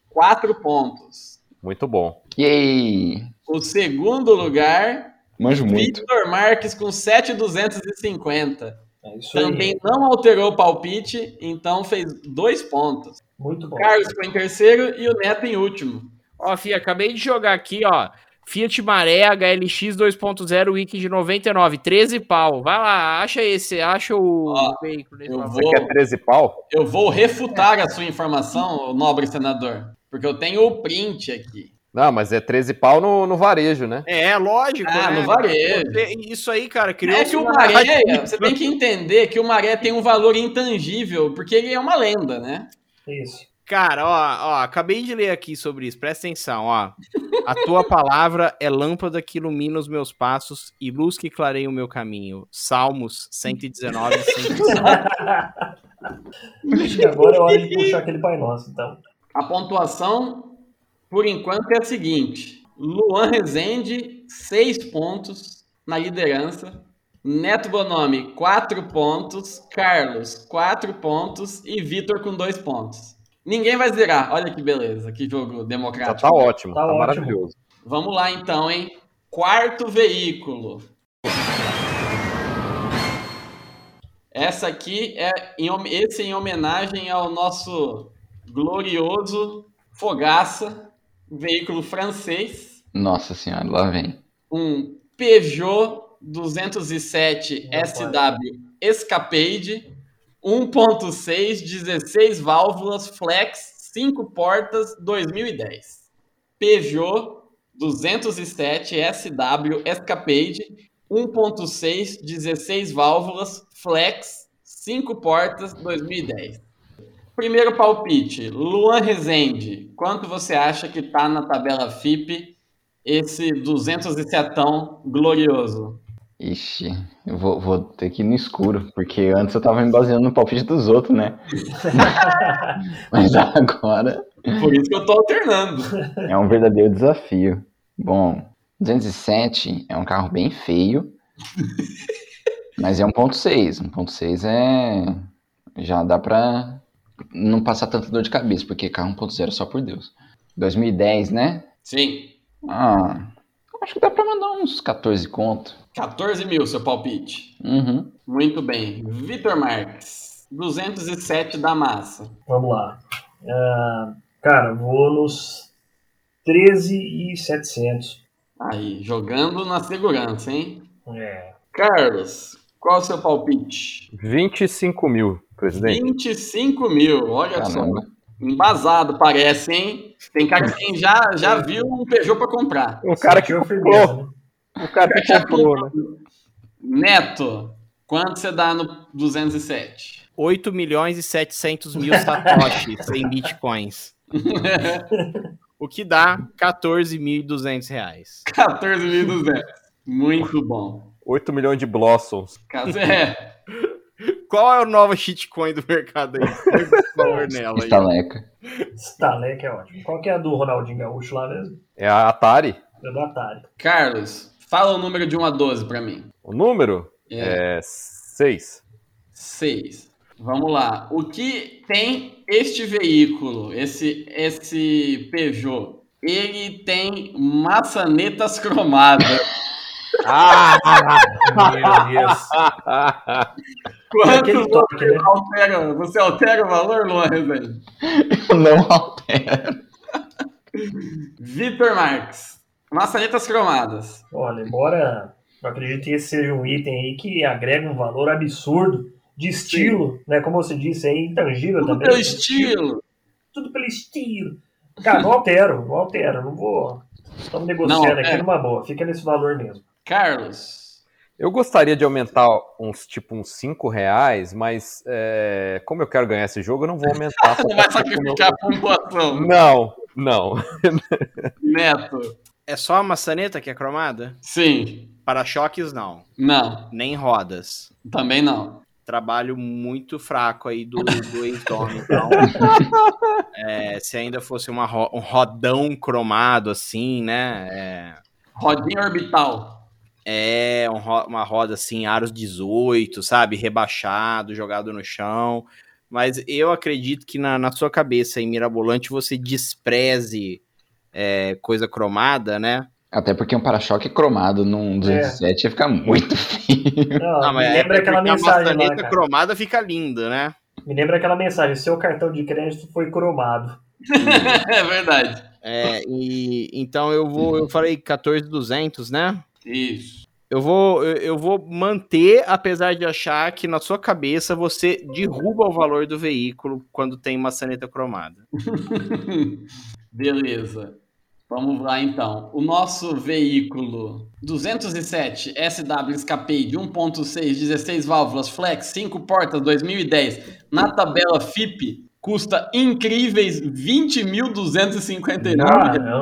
B: 4 pontos.
E: Muito bom.
G: Yay!
B: O segundo lugar,
G: Manjo muito.
B: Vitor Marques com 7,250.
F: É isso aí.
B: Também não alterou o palpite, então fez dois pontos.
F: Muito bom.
B: Carlos foi em terceiro e o Neto em último.
D: Ó, Fia, acabei de jogar aqui, ó. Fiat Maré HLX 2.0 Wiki de 99, 13 pau. Vai lá, acha esse, acha o
B: Ó,
D: veículo. nesse
B: eu
D: valor.
E: Você quer 13 é pau?
B: Eu vou refutar a sua informação, ô nobre senador, porque eu tenho o print aqui.
E: Não, mas é 13 pau no, no varejo, né?
D: É, lógico.
B: Ah,
D: né?
B: no varejo.
D: Você- Isso aí, cara, criou.
B: É que o Maré, você tem que entender que o Maré tem um valor intangível, porque ele é uma lenda, né?
F: É Isso.
D: Cara, ó, ó, acabei de ler aqui sobre isso, presta atenção, ó. A tua palavra é lâmpada que ilumina os meus passos e luz que clareia o meu caminho. Salmos 119, 119.
F: Acho que agora é hora de puxar aquele Pai Nosso, então.
B: A pontuação, por enquanto, é a seguinte: Luan Rezende, seis pontos na liderança. Neto Bonomi, quatro pontos. Carlos, quatro pontos. E Vitor com dois pontos. Ninguém vai zerar. Olha que beleza, que jogo
E: Já
B: democrático.
E: tá ótimo,
F: Tá
E: tá,
F: ótimo.
E: maravilhoso.
B: Vamos lá então, hein? Quarto veículo. Essa aqui é em hom- esse é em homenagem ao nosso glorioso Fogaça, um veículo francês,
G: Nossa senhora, lá vem.
B: um Peugeot 207
F: Rapaz.
B: SW Escapade, 1.6, 16 válvulas, flex, 5 portas, 2010. Peugeot 207 SW Escapade, 1.6, 16 válvulas, flex, 5 portas, 2010. Primeiro palpite, Luan Rezende, quanto você acha que tá na tabela FIP esse 207 glorioso?
G: Ixi, eu vou, vou ter que ir no escuro, porque antes eu tava me baseando no palpite dos outros, né? Mas agora
B: Por isso que eu tô alternando.
G: é um verdadeiro desafio. Bom, 207 é um carro bem feio, mas é 1.6. 1.6 é. Já dá pra não passar tanta dor de cabeça, porque carro 1.0 só por Deus. 2010, né?
B: Sim,
G: Ah, acho que dá pra mandar uns 14 conto.
B: 14 mil seu palpite.
G: Uhum.
B: Muito bem. Vitor Marques, 207 da massa.
F: Vamos lá. Ah, cara, vou nos 13,700.
B: Aí, jogando na segurança, hein?
F: É.
B: Carlos, qual o seu palpite?
E: 25 mil, presidente.
B: 25 mil, olha só.
G: Caramba.
B: Embasado, parece, hein? Tem cara que tem- já, já viu um Peugeot pra comprar.
E: O Um cara que
F: Sentiu a
E: comprou.
F: firmeza, né?
E: O cara que
B: Já
E: comprou, né?
B: Neto, quanto você dá no 207?
D: 8 milhões e 700 mil satoshis em bitcoins. o que dá 14.200 reais.
B: 14.200. Muito bom.
E: 8 milhões de Blossoms.
B: Casé,
D: Qual é o novo shitcoin do mercado aí? um Valor nela aí.
E: Tá.
G: Estaleca.
F: Staleca é ótimo. Qual que é a do Ronaldinho Gaúcho lá mesmo?
E: É a Atari.
F: É do Atari.
B: Carlos, fala o número de 1 a 12 pra mim.
E: O número
B: É,
E: é 6.
B: 6. Vamos lá. O que tem este veículo, esse, esse Peugeot? Ele tem maçanetas cromadas.
E: Ah!
F: Meu Deus.
B: Quanto
F: Aquele toque, né?
B: altera? Você altera o valor, Luan Rezende?
G: Não altera.
B: Vitor Marques. Maçanetas cromadas.
F: Olha, embora eu acredito que esse seja um item aí que agrega um valor absurdo de estilo, né? Como você disse, é intangível
B: Tudo
F: também.
B: pelo estilo.
F: Tudo pelo estilo. Cara, não altero, não altero, não vou. Estamos
B: Não
F: negociando
B: altero.
D: é.
F: aqui numa boa, fica nesse valor mesmo.
B: Carlos.
E: Eu gostaria de aumentar uns, tipo, uns 5 reais, mas é, como eu quero ganhar esse jogo, eu não vou aumentar.
B: Não vai sacrificar um a pontuação.
E: Não, não.
B: Neto.
D: É só a maçaneta que é cromada?
B: Sim.
D: Para-choques não,
B: Não.
D: nem rodas.
B: Também não.
D: Trabalho muito fraco aí do, do entorno, então. É, se ainda fosse uma ro- um rodão cromado assim, né? É,
B: Rodinha orbital.
D: É, um ro- uma roda assim, aros 18, sabe? Rebaixado, jogado no chão. Mas eu acredito que na, na sua cabeça, em Mirabolante, você despreze é, coisa cromada, né?
G: Até porque um para-choque cromado
D: É.
G: num 207 ia ficar muito feio.
F: Não,
D: Não,
F: Ah, me
D: mas
F: lembra
D: é
F: aquela
D: porque a
F: mensagem lá,
D: maçaneta
F: cara.
D: cromada fica linda, né?
F: Me lembra aquela mensagem, seu cartão de crédito foi cromado.
B: é verdade.
D: É, e então eu vou, eu falei 14,200, né?
B: Isso.
D: Eu vou, eu, eu vou manter, apesar de achar que na sua cabeça você derruba o valor do veículo quando tem maçaneta cromada.
B: Beleza. Vamos lá então. O nosso veículo 207 SW Escapade 1.6, 16 válvulas, flex, 5 portas, 2010, na tabela FIP, custa incríveis 20.259.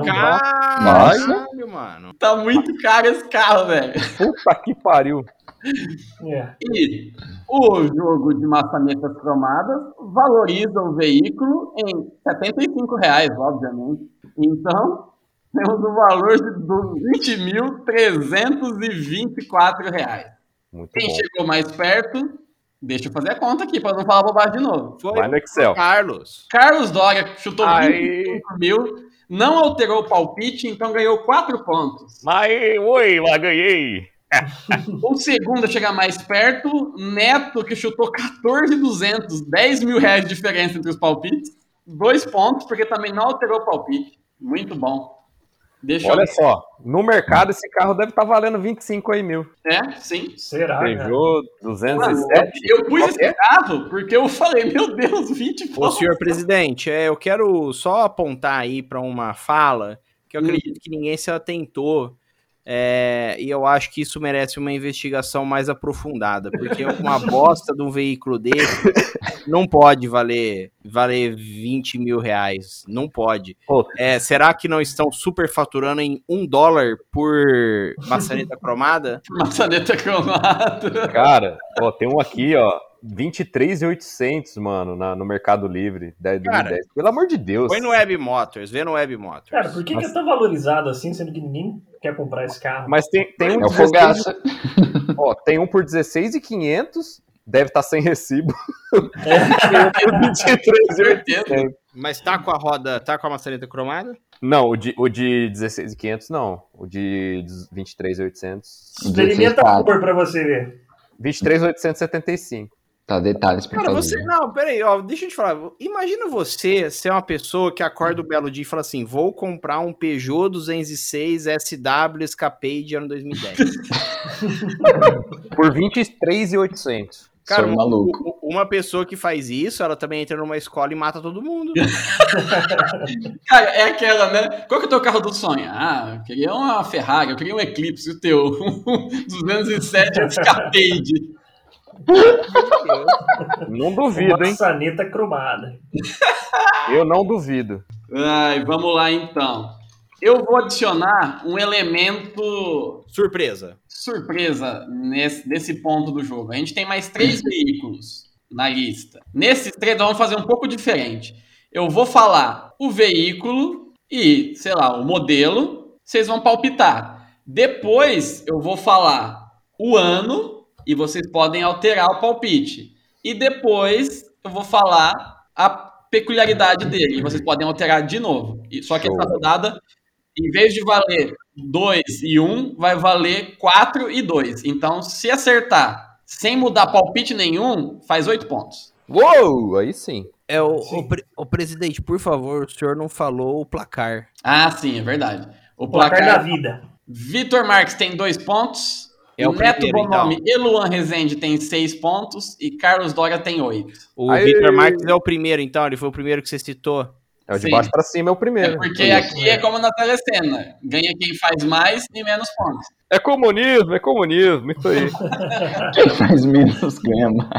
F: Caramba,
D: Caralho, mano.
B: Tá muito caro esse carro, velho.
E: Puta que pariu.
F: é.
B: E o jogo de maçanetas cromadas valoriza o veículo em R$ 75 reais, obviamente. Então, temos o valor de R$ 20.324 reais.
E: Muito
B: Quem
E: bom.
B: chegou mais perto, deixa eu fazer a conta aqui para não falar bobagem de novo.
D: Foi
E: Vai no Excel.
D: Carlos.
B: Carlos Doria chutou
E: Aí.
B: 25 mil, não alterou o palpite, então ganhou 4 pontos.
E: Mas, oi, lá ganhei.
B: O Um segundo a chegar mais perto, Neto, que chutou 14,200, 10 mil reais de diferença entre os palpites. Dois pontos, porque também não alterou o palpite. Muito bom. Deixa
E: Olha
B: eu...
E: só, no mercado esse carro deve estar valendo 25 aí mil.
B: É, sim.
F: Será, cara?
E: Peugeot
B: Mano,
E: 207.
B: eu pus
E: Qual que é?
B: esse carro porque eu falei, meu Deus, 20
D: Ô,
B: pontos.
D: senhor presidente, é, eu quero só apontar aí para uma fala que eu
B: Hum.
D: acredito que ninguém se atentou. é, e eu acho que isso merece uma investigação mais aprofundada, porque uma bosta de um veículo desse não pode valer, valer 20 mil reais. Não pode.
E: Pô.
D: É, será que não estão superfaturando em um dólar por maçaneta cromada?
B: Maçaneta cromada.
E: Cara, ó, tem um aqui, ó. 23,800, mano, na- no Mercado Livre. 10,
D: Cara,
E: 2010. Pelo amor de Deus.
D: Põe no Web Motors, vê no Web Motors.
F: Cara, por que, que é tão valorizado assim, sendo que ninguém quer comprar esse carro?
E: Mas tem, tem um
G: É o
E: 16,
G: Fogaça.
E: ó, tem um por 16,500. Deve estar sem recibo.
B: Com certeza.
D: Mas tá com a roda, tá com a maçaneta cromada?
E: Não, o de, o de 16,500 não. O de 23,800.
F: Experimenta a cor um pra você ver.
E: 23,875.
G: Tá, detalhes pra
D: Cara,
G: fazer.
D: você. Não, peraí, ó, deixa eu te falar. Imagina você ser uma pessoa que acorda o belo dia e fala assim: vou comprar um Peugeot 206 SW Escapei de ano 2010.
E: Por 23,800.
D: Cara,
G: Sou
D: um-
G: maluco.
D: u- uma pessoa que faz isso, ela também entra numa escola e mata todo mundo.
B: Cara, é aquela, né? Qual que é o teu carro do sonho? Ah, eu queria uma Ferrari, eu queria um Eclipse, e o teu? 207 Escapade.
E: Não
F: Uma
E: duvido, hein?
F: maçaneta cromada.
E: Eu não duvido.
B: Ai, vamos lá então. Eu vou adicionar um elemento
D: Surpresa.
B: surpresa nesse, nesse ponto do jogo. A gente tem mais três veículos na lista. Nesses três, nós vamos fazer um pouco diferente. Eu vou falar o veículo e, sei lá, o modelo. Vocês vão palpitar. Depois, eu vou falar o ano e vocês podem alterar o palpite. E depois, eu vou falar a peculiaridade dele. E vocês podem alterar de novo. E- Só que
E: Show.
B: essa rodada em vez de valer 2 e 1, um, vai valer 4 e 2. Então, se acertar sem mudar palpite nenhum, faz 8 pontos.
E: Uou! Aí sim.
D: É o,
F: Sim.
D: presidente, por favor, o senhor não falou o placar.
B: Ah, sim, é verdade. O
F: Placar da
B: placar.
F: vida.
B: Vitor Marques tem 2 pontos.
D: É o
B: Neto
D: primeiro,
B: Bonomi e Luan Rezende tem 6 pontos. E Carlos Dória tem 8.
D: O
E: Aê!
D: Victor Marques é o primeiro, então, ele foi o primeiro que você citou.
E: É o de
B: Sim.
E: baixo pra cima, é o
B: É
E: primeiro.
B: porque
G: Isso,
B: aqui é como na telecena: ganha quem faz mais e menos pontos.
E: É comunismo, é comunismo, isso aí.
G: Quem faz menos ganha mais.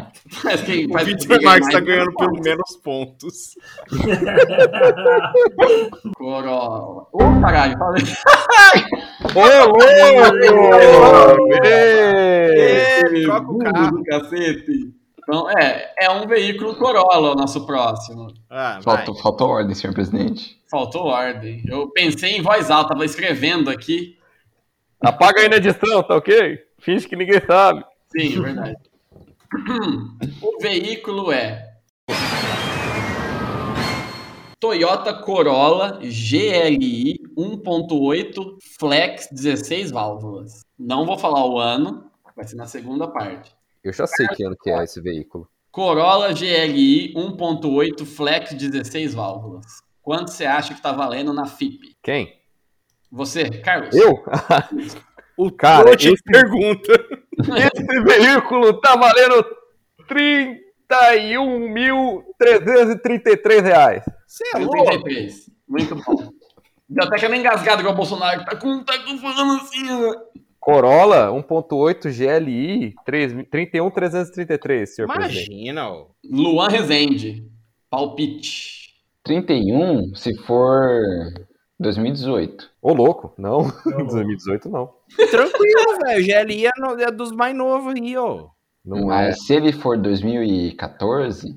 B: Mas quem faz- quem ganha mais, pontos.
D: menos pontos.
B: Corolla. Ô, caralho, falei.
G: É
E: Ô, louco! Ê!
D: Ele É, troca o
B: Burro
D: carro.
B: do cacete. Então, é, é um veículo Corolla o nosso próximo.
D: Ah, vai.
G: Falta, falta ordem, senhor presidente.
B: Faltou ordem. Eu pensei em voz alta, tava escrevendo aqui.
E: Apaga aí na edição, tá ok? Finge que ninguém sabe.
B: Sim, é verdade. o veículo é Toyota Corolla GLI 1.8 Flex 16 válvulas. Não vou falar o ano, vai ser na segunda parte.
E: Eu já sei que ano que é esse veículo.
B: Corolla GLI 1.8 Flex 16 válvulas. Quanto você acha que tá valendo na FIP?
E: Quem?
B: Você, Carlos?
E: Eu?
D: O
E: Cara,
D: cara te pergunta.
E: Esse veículo tá valendo 31.333 reais.
D: Você é louco.
B: 33. Muito bom. tá Deu até aquela engasgada igual o Bolsonaro que tá com, tá com falando assim. né?
E: Corolla 1.8 GLI 3- 31.333, senhor presidente.
D: Imagina, ó.
B: Luan Rezende. Palpite.
G: 31, se for 2018.
E: Ô, louco. Não,
F: Não, não.
E: 2018 não.
D: Tranquilo, velho. GLI é, no- é dos mais novos aí, ó.
E: Não é.
G: Mas Um se ele for 2014,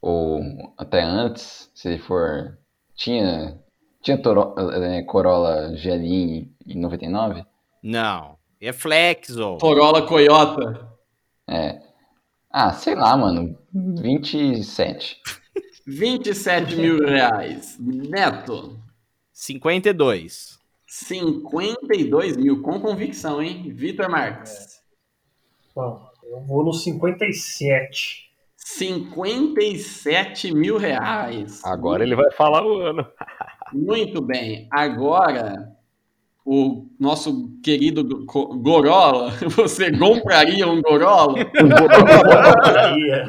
G: ou até antes, se ele for. Tinha. Tinha Toro- eh, Corolla GLI em 99?
D: Não. É flex, ó.
B: Corolla Coyota.
G: É. Ah, sei lá, mano. 27.
B: 27 mil reais. Neto.
D: 52.
B: 52 mil. Com convicção, hein? Vitor Marques.
F: Bom, eu vou no 57.
B: 57 mil reais.
E: Agora ele vai falar o ano.
B: Muito bem. Agora, o nosso querido Go- Gorola, você compraria um Gorola?
F: é,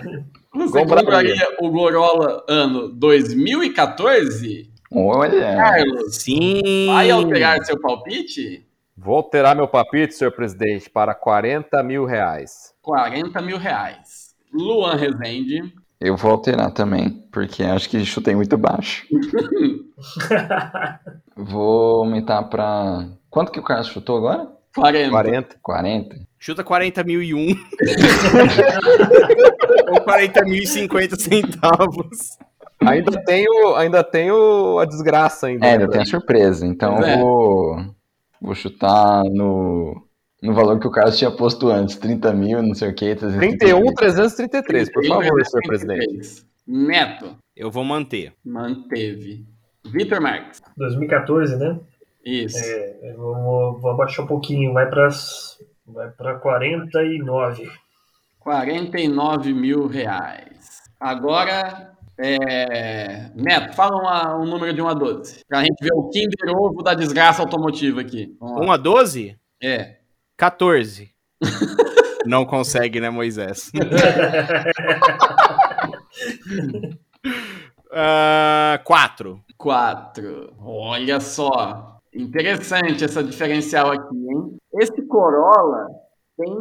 B: Você
E: Compraria.
B: compraria o Gorola ano 2014?
G: Olha,
B: Carlos,
D: Sim.
B: vai alterar seu palpite?
E: Vou alterar meu papito, senhor presidente, para 40 mil reais.
B: 40 mil reais. Luan Rezende,
G: eu vou alterar também, porque acho que chutei muito baixo. Vou aumentar pra. Quanto que o Carlos chutou agora?
B: 40.
E: 40.
G: 40?
D: Chuta 40 mil e um. Ou 40 mil e 50 centavos.
E: Ainda tenho, ainda tenho a desgraça ainda.
G: É,
E: né,
G: eu tenho a surpresa, então
B: É.
G: eu vou. Vou chutar no. No valor que o Carlos tinha posto antes, 30 mil, não sei o que.
E: 31, 333, por favor, senhor presidente.
B: 33. Neto,
D: Eu vou manter.
B: manteve. Vitor Marques,
F: 2014, né?
B: isso.
F: É, eu vou, vou abaixar um pouquinho, vai para vai para 49.
B: 49 mil reais. Agora, é... Neto, fala uma- um número de 1 a 12. Pra gente ver o Kinder Ovo da desgraça automotiva aqui. Vamos lá.
D: 1 a 12?
B: É.
D: 14. Não consegue, né, Moisés? Ah, 4.
B: 4. Olha só. Interessante essa diferencial aqui, hein? Esse Corolla tem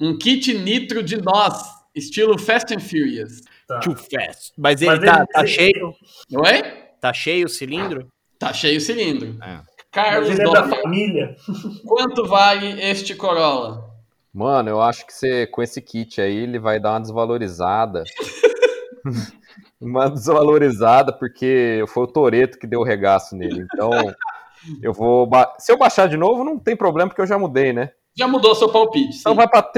B: um kit nitro de nós, estilo Fast and Furious.
F: Tá.
D: Too fast. Mas ele
F: Mas
D: tá,
F: ele- é
D: tá cheio?
B: Oi?
D: Tá cheio o cilindro?
B: Tá cheio o cilindro.
D: É.
F: Mas
B: Carlos
F: ele é da
B: Dória,
F: família.
B: quanto vale este Corolla?
E: Mano, eu acho que você, com esse kit aí, ele vai dar uma desvalorizada. uma desvalorizada, porque foi o Toreto que deu o regaço nele. Então, eu vou. ba- Se eu baixar de novo, não tem problema, porque eu já mudei, né?
B: Já mudou seu palpite.
E: Então vai pra R$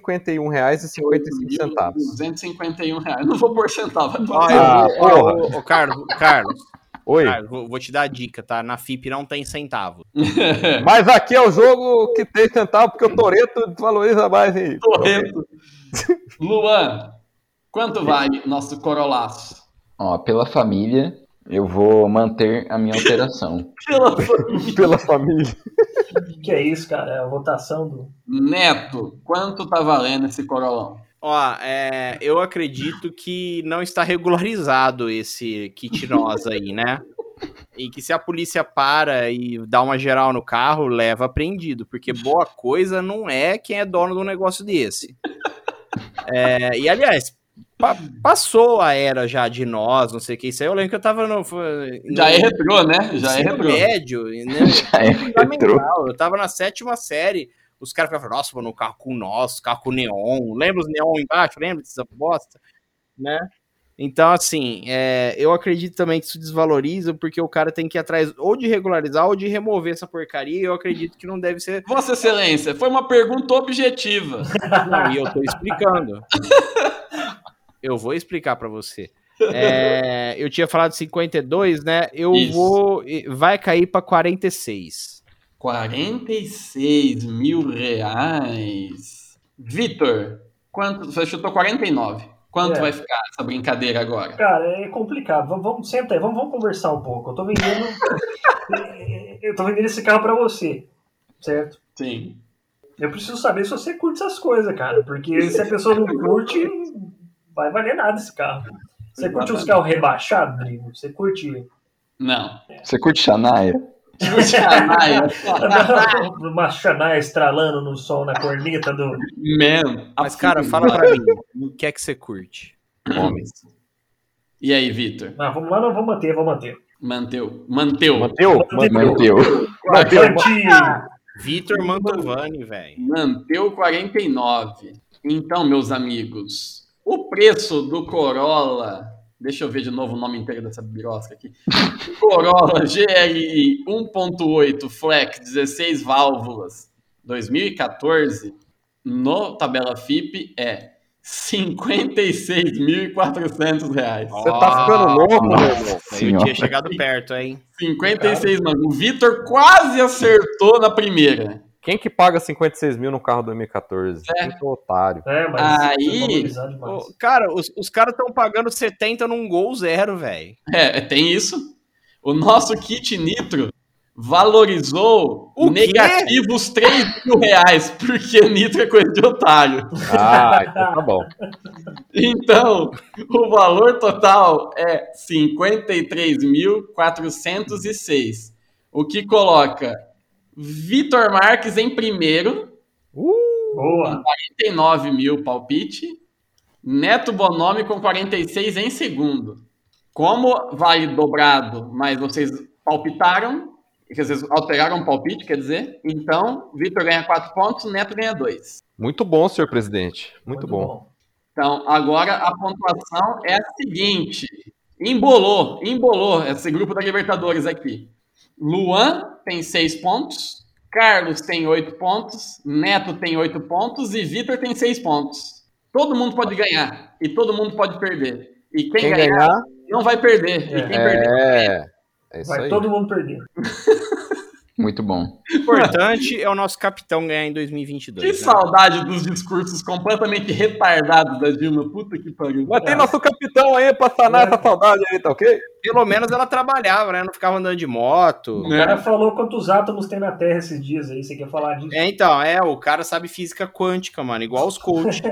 E: 38.251,55.
B: 251 reais. Não vou por centavo. é vai
D: Ó,
B: pra-
D: eu
E: Ah,
D: vou- ó,
E: porra.
D: ô, ô, Carlos, Carlos,
E: Oi.
D: Carlos, vou, vou te dar a dica, tá? Na FIP não tem centavo.
E: Mas aqui é o jogo que tem centavo, porque o Toreto valoriza mais. Hein?
B: Torrento. Luan,
E: É.
B: quanto vale nosso corolaço?
G: Ó, pela família, eu vou manter a minha alteração.
B: Pela-
E: Pela família.
F: Que é isso, cara? É a votação do
B: Neto, quanto tá valendo esse corolão?
D: Ó, é, eu acredito que não está regularizado esse kit nós aí, né? E que se a polícia para e dá uma geral no carro, leva apreendido, porque boa coisa não é quem é dono de um negócio desse. É, e aliás, pa- passou a era já de nós, não sei o que, isso aí eu lembro que eu tava no. foi-
B: Já
D: no
B: é retrô, né? Já é
D: ensino
B: retrô.
D: médio, né?
G: Já é retrô.
D: fundamental. Eu tava na sétima série. Os caras ficavam, nossa, mano, o carro com nós, carro com neon. Lembra os neon embaixo? Lembra dessa bosta? Né? Então, assim, é, eu acredito também que isso desvaloriza, porque o cara tem que ir atrás ou de regularizar ou de remover essa porcaria. E eu acredito que não deve ser.
B: Vossa Excelência, foi uma pergunta objetiva.
D: Não, e eu tô explicando. Eu vou explicar pra você. É, eu tinha falado 52, né? Eu
B: Isso.
D: vou. Vai cair pra 46.
B: 46 mil reais. Vitor, quanto? Você chutou 49. Quanto
F: É.
B: vai ficar essa brincadeira agora?
F: Cara, é complicado. Vamos, vamos senta aí, vamos, vamos conversar um pouco. Eu tô vendendo. eu tô vendendo esse carro pra você, certo?
B: Sim.
F: Eu preciso saber se você curte essas coisas, cara. Porque se a pessoa não curte, não vai valer nada esse carro. Você curte uns
B: Exatamente.
F: carros rebaixados, Drigo? Você curte.
B: Não. Tá,
G: Você curte Xanaia?
B: Caralho.
F: Uma Xanaia estralando no sol na corneta do.
B: Man.
D: Mas, cara, fala pra mim. O que é que você curte?
E: Homens.
B: E aí, Vitor?
F: Ah, vamos lá, não, vamos manter, vamos manter.
B: Manteu. Manteu.
E: Manteu?
G: Manteu.
E: Manteu.
F: Manteu.
D: Vitor Mantovani, velho.
B: Manteu 49. Então, meus amigos, o preço do Corolla. Deixa eu ver de novo o nome inteiro dessa birosca aqui. Corolla GLI 1.8 Flex 16 válvulas 2014 no tabela FIP é 56.400 reais.
E: Você tá ficando louco, meu irmão.
G: Nossa
D: Eu tinha
G: senhora.
D: chegado perto, é hein?
B: 56, mano. O Vitor quase acertou na primeira.
E: Quem que paga 56 mil no carro 2014?
B: É.
E: Muito otário.
F: É, mas
B: Aí-
F: valorizar demais.
D: Ô, Cara, os, os caras estão pagando 70 num gol zero, velho.
B: É, tem isso. O nosso kit nitro valorizou
D: O quê?
B: negativos 3 mil reais, porque nitro é coisa de otário.
E: Ah, então tá bom.
B: Então, o valor total é 53.406, o que coloca Vitor Marques em primeiro,
F: Boa.
B: 39 mil palpite, Neto Bonomi com 46 em segundo. Como vale dobrado, mas vocês palpitaram, quer dizer, alteraram o palpite, quer dizer, então Vitor ganha 4 pontos, Neto ganha 2.
E: Muito bom, senhor presidente. Muito, bom.
B: Então, agora a pontuação é a seguinte. Embolou, embolou esse grupo da Libertadores aqui. Luan tem 6 pontos, Carlos tem 8 pontos, Neto tem 8 pontos e Vitor tem 6 pontos. Todo mundo pode ganhar e todo mundo pode perder. E quem,
E: Quem
B: ganhar,
E: ganhar,
B: não vai perder. E quem perder,
E: é. É isso
F: Vai
E: aí.
F: todo mundo perder.
G: Muito bom.
D: O importante é o nosso capitão ganhar em 2022.
B: que
D: né?
B: saudade dos discursos completamente retardados da Dilma. Puta que pariu.
E: Mas tem é nosso capitão aí pra sanar essa saudade aí, tá ok?
D: Pelo menos ela trabalhava, né? Não ficava andando de moto.
F: O cara falou quantos átomos tem na Terra esses dias aí. Você quer falar disso?
D: É, então, é, o cara sabe física quântica, mano, igual os coaches.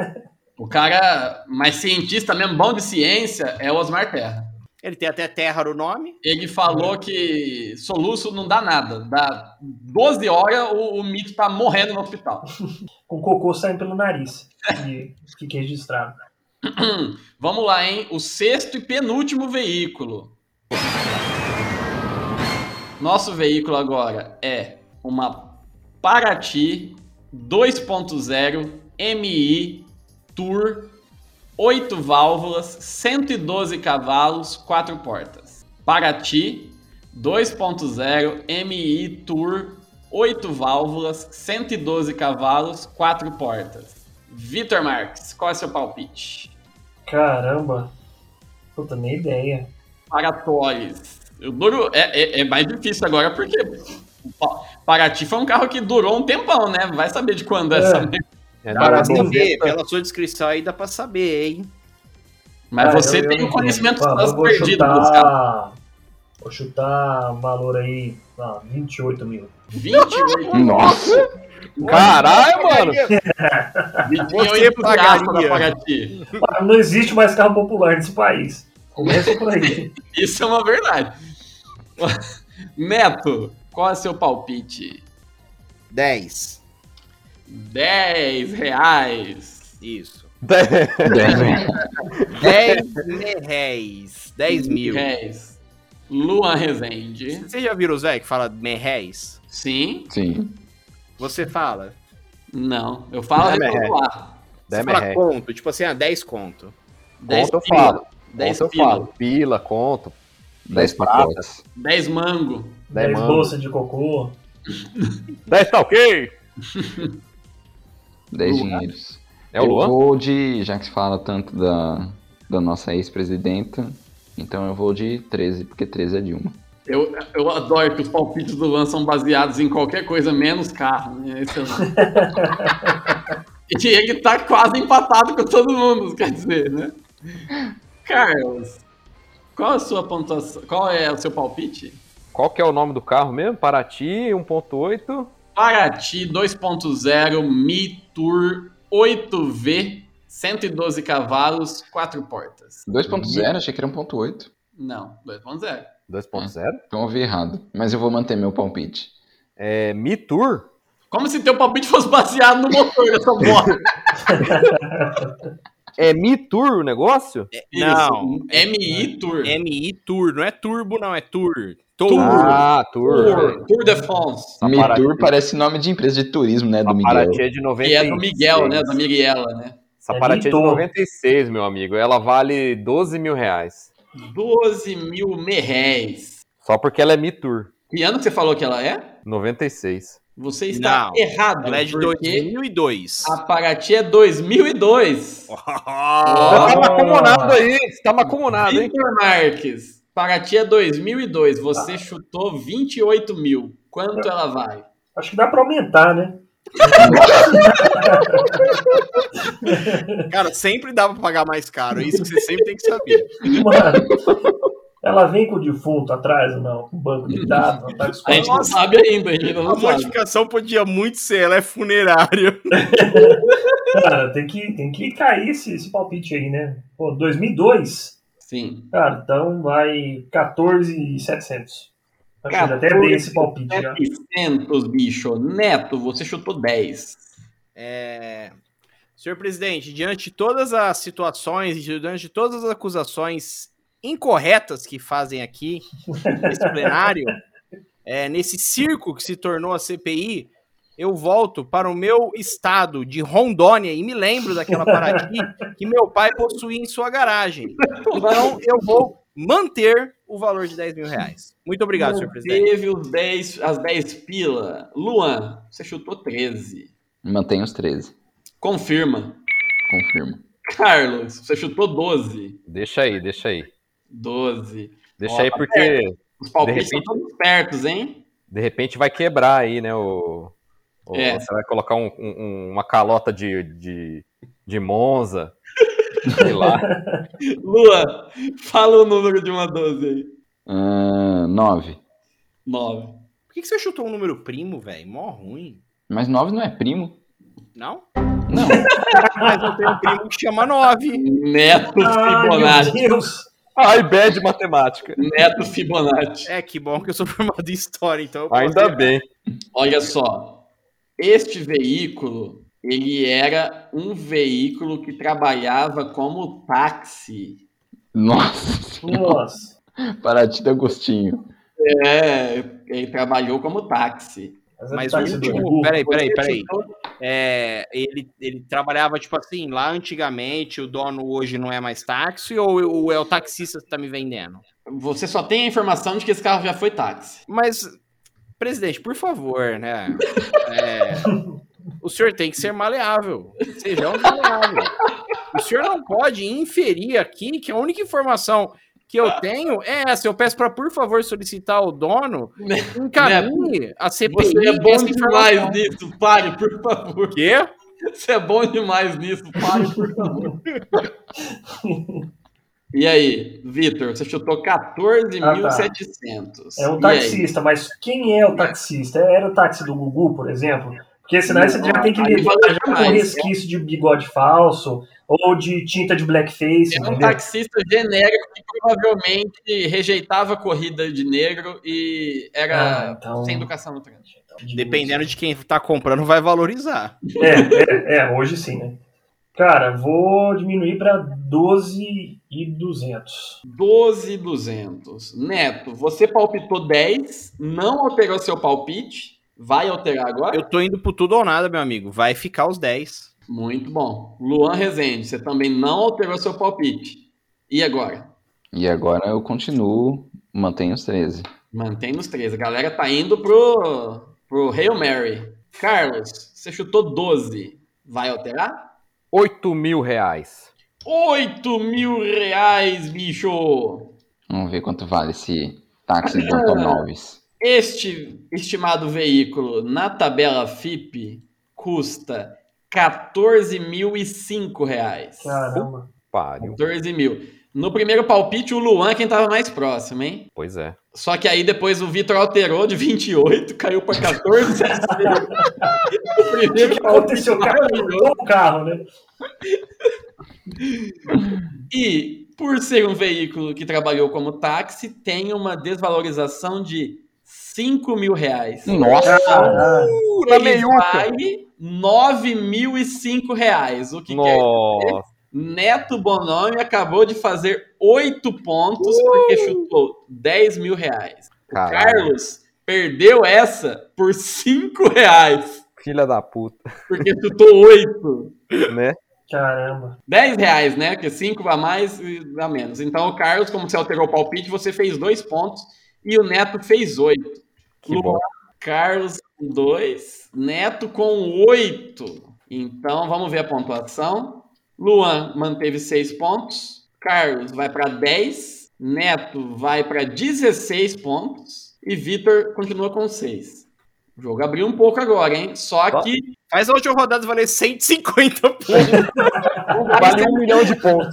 B: O cara mais cientista mesmo, bom de ciência, é o Osmar Terra.
D: Ele tem até terra no nome.
B: Ele falou que soluço não dá nada. Dá 12 horas, o, o mito tá morrendo no hospital.
F: Com cocô saindo pelo nariz. E fique registrado.
B: Vamos lá, hein? O sexto e penúltimo veículo. Nosso veículo agora é uma Paraty 2.0 MI Tour, 8 válvulas, 112 cavalos, 4 portas. Paraty 2.0 MI Tour, 8 válvulas, 112 cavalos, 4 portas. Vitor Marques, qual é seu palpite?
F: Caramba. Puta, nem ideia.
B: Paratóis. Eu duro, é, é, é mais difícil agora porque o Pa- Paraty foi um carro que durou um tempão, né? Vai saber de quando é.
F: É.
B: essa. merda.
E: É
D: Dá pra
E: da noventa.
D: saber, pela sua descrição aí dá pra saber, hein?
B: Mas
F: Ah,
B: você
F: eu- eu
B: tem
F: não
B: um conhecimento
F: sei. Ó, eu
B: das
F: vou
B: perdido dos carros.
F: chutar... Vou chutar um valor aí, ah, 28 mil.
B: 28
G: Nossa!
B: um
E: Caralho, mano.
D: Você
B: 28 gastos da
D: pagaria.
B: Paraty.
F: Ah, Não existe mais carro popular nesse país. Começa por aí.
B: Isso é uma verdade. Neto, qual é seu palpite?
D: 10.
B: 10 reais.
D: Isso.
G: Deve-
D: 10 merréis. 10 mil.
B: Reais. Luan Rezende.
D: Você já viram o Zé que fala merréis?
B: Sim?
G: Sim.
D: Você fala.
B: Não. Eu falo
E: Não é
B: regular.
D: Você
E: Deve
D: fala
E: é.
D: conto, tipo assim, ah, 10 conto.
B: 10
E: Conta eu
B: pila.
E: falo.
B: 10
E: Conta eu
B: pila.
E: falo. Pila, conto.
G: 10
E: pratas.
G: pacotes.
B: 10 mango.
E: 10
F: 10
E: mangos.
F: bolsas de cocô.
E: 10 tá ok?
G: 10 dinheiros.
E: É o
G: Eu
E: Luan?
G: vou de. Já que se fala tanto da, da nossa ex-presidenta, então eu vou de 13, porque 13 é de uma.
B: Eu, eu adoro que os palpites do Luan são baseados em qualquer coisa menos carro. Né? Esse é o- e ele tá quase empatado com todo mundo, quer dizer, né? Carlos, qual a sua pontuação? Qual é o seu palpite?
E: Qual que é o nome do carro mesmo? Paraty, 1.8.
B: Paraty 2.0 Mi Tour 8V, 112 cavalos, 4 portas.
G: 2.0, achei que era 1.8.
B: Não, 2.0.
E: 2.0.
G: Então eu ouvi errado. Mas eu vou manter meu palpite.
E: É Mi Tour?
B: Como se teu palpite fosse baseado no motor dessa moto.
E: É Mi Tour o negócio?
B: É
D: Não.
B: Isso, MI Tour.
D: MI Tour, não é turbo, não, é tour. Tour.
E: Ah,
B: É
E: Tour.
B: Tour, Tour de France.
E: A
G: Mitur
E: Paraty-
G: parece nome de empresa de turismo, né? Do
E: A
G: Miguel.
E: Paraty é de 90.
B: Que é do Miguel, né? Da Miguela, né?
E: Essa
F: É
E: Paraty é de
F: Mitor.
E: 96, meu amigo. Ela vale 12 mil reais.
B: 12 mil merréis.
E: Só porque ela é Mi Tour.
B: Que ano que você falou que ela é?
E: 96.
B: Você está
D: Não,
B: errado.
D: Ela é de
B: porque
D: 2002.
B: A Paraty é 2002.
E: Você tá
F: Ah.
E: macumunado aí. Você tá macumunado, hein?
B: Victor Marques. Paraty é Tá. 2002. Você chutou 28 mil. Quanto ela vale?
F: Acho que dá pra aumentar, né?
D: Cara, sempre dá pra pagar mais caro. É isso que você sempre tem que saber.
F: Mano, ela vem com o defunto atrás, não? Com o banco de dados, não tá
B: A gente não
F: Nossa,
B: sabe ainda, a gente ainda
D: A
B: não sabe.
D: modificação podia muito ser, ela é funerária.
F: Cara, tem que, tem que cair esse, esse palpite aí, né? Pô, 2002,
B: Sim.
F: cara, então vai 14,700. Acho que eu já até dei esse palpite
B: É.
F: já.
B: 700, bicho. Neto, você chutou 10.
D: É... Senhor presidente, diante de todas as situações, diante de todas as acusações incorretas que fazem aqui, nesse plenário, é, nesse circo que se tornou a CPI, eu volto para o meu estado de Rondônia e me lembro daquela Paraty que meu pai possuía em sua garagem. Então eu vou manter o valor de 10 mil reais. Muito obrigado, senhor presidente.
B: Teve os 10, as 10 pila. Luan, você chutou 13.
G: Mantém os 13.
B: Confirma.
G: Confirmo.
B: Carlos, você chutou 12.
E: Deixa aí, deixa aí.
B: 12.
E: Deixa
B: Ó,
E: aí
B: tá
E: porque
B: Os palpites
E: De
B: são
E: repente-
B: todos certos, hein?
E: de repente vai quebrar aí, né? O, o-
B: É.
E: Você vai colocar um- um- uma calota de, de, de Monza. Sei lá.
B: Luan, fala o número de uma 12 aí.
G: Ah, 9.
B: 9.
D: Por que que você chutou um número primo, velho? Mó ruim.
G: Mas 9 não é primo?
D: Não?
G: Não.
D: Mas eu tenho um primo que chama 9.
B: Neto
F: Ai,
B: Fibonacci.
F: Ah, meu Deus!
E: Ai, bad Ah, matemática.
B: Neto Fibonacci.
D: É, que bom que eu sou formado em história, então eu posso-
E: Ainda bem.
B: Olha só. Este veículo, ele era um veículo que trabalhava como táxi.
G: Nossa.
F: Nossa,
G: Paraty do Agostinho.
B: É, ele trabalhou como táxi.
D: Mas
F: tá
D: o
F: sendo
D: último.
F: burro.
D: Peraí, peraí,
B: Você
D: peraí.
B: chutou-
D: É, ele, ele trabalhava, tipo assim, lá antigamente, o dono hoje não é mais táxi, ou, ou é o taxista que tá me vendendo?
B: Você só tem a informação de que esse carro já foi táxi.
D: Mas, presidente, por favor, né? É, o senhor tem que ser maleável. Sejam maleável. O senhor não pode inferir aqui que a única informação que eu tenho é essa. Eu peço para, por favor, solicitar ao dono
B: Né-
D: que encaminhe a CPI.
B: Você é bom
D: essa informação.
B: demais nisso, pare, por favor.
D: O quê?
B: Você é bom demais nisso, pare, por favor. E aí, Vitor, você chutou 14.700.
F: Ah, tá. É um
B: E aí?
F: taxista, mas quem é o taxista? Era o táxi do Gugu, por exemplo? Porque senão
B: Não,
F: você já tem que
B: aí
F: levar
B: vale
F: já com
B: mais.
F: resquício de bigode falso ou de tinta de blackface,
B: É um
F: entendeu?
B: taxista genérico que provavelmente rejeitava a corrida de negro e era
F: Ah, então-
B: sem educação no trânsito.
D: Dependendo de quem tá comprando, vai valorizar.
F: É, é, é, hoje sim, né? Cara, vou diminuir pra 12 e 200.
B: 12,200. Neto, você palpitou 10, não alterou seu palpite, vai alterar agora?
D: Eu tô indo pro tudo ou nada, meu amigo. Vai ficar os 10.
B: Muito bom. Luan Rezende, você também não alterou seu palpite. E agora?
G: E agora eu continuo. Mantenho os 13.
B: Mantém nos 13. A galera tá indo pro, pro Hail Mary. Carlos, você chutou 12. Vai alterar?
E: 8 mil reais.
B: 8 mil reais, bicho!
G: Vamos ver quanto vale esse táxi de Dom Noves.
B: Este estimado veículo na tabela FIP custa 14.005 reais.
F: Caramba.
E: Pariu.
B: 14 mil. No primeiro palpite, o Luan é quem tava mais próximo, hein?
E: Pois é.
B: Só que aí depois o Vitor alterou de 28, caiu pra 14. o
F: O que
B: primeiro palpite
F: aconteceu? O cara mudou o carro, né?
B: E, por ser um veículo que trabalhou como táxi, tem uma desvalorização de 5 mil reais.
G: Nossa!
F: Caralho.
B: Ele vale 9.005 reais. O que quer
E: Nossa.
B: Neto Bonomi acabou de fazer 8 pontos porque chutou 10 mil reais.
E: é
B: O
E: Uh! Caralho.
B: Carlos perdeu essa por 5 reais.
E: Filha da puta.
B: Porque chutou 8.
E: Né?
F: Caramba.
B: 10 reais, né? Porque 5 a mais e a menos. Então, o Carlos, como você alterou o palpite, você fez 2 pontos e o Neto fez 8.
E: Que bom.
B: Carlos com 2, Neto com 8. Então, vamos ver a pontuação. Luan manteve 6 pontos, Carlos vai para 10, Neto vai para 16 pontos e Vitor continua com 6. O jogo abriu um pouco agora, hein? Só
E: Só-
B: que
D: Faz a última rodada valer 150 pontos.
H: Vale um milhão de pontos.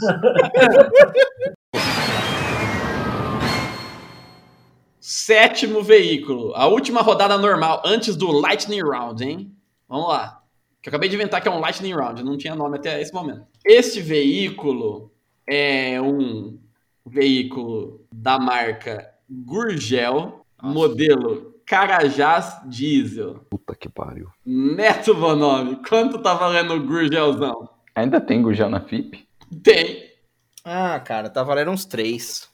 B: Sétimo veículo. A última rodada normal, antes do Lightning Round, hein? Vamos lá. Que eu acabei de inventar que é um Lightning Round, não tinha nome até esse momento. Este veículo é um veículo da marca Gurgel, modelo Carajás Diesel.
E: Puta que pariu.
B: Neto Bonomi, quanto tá valendo o Gurgelzão?
G: Ainda tem Gurgel na FIP?
B: Tem.
D: Ah, cara, tá valendo uns 3.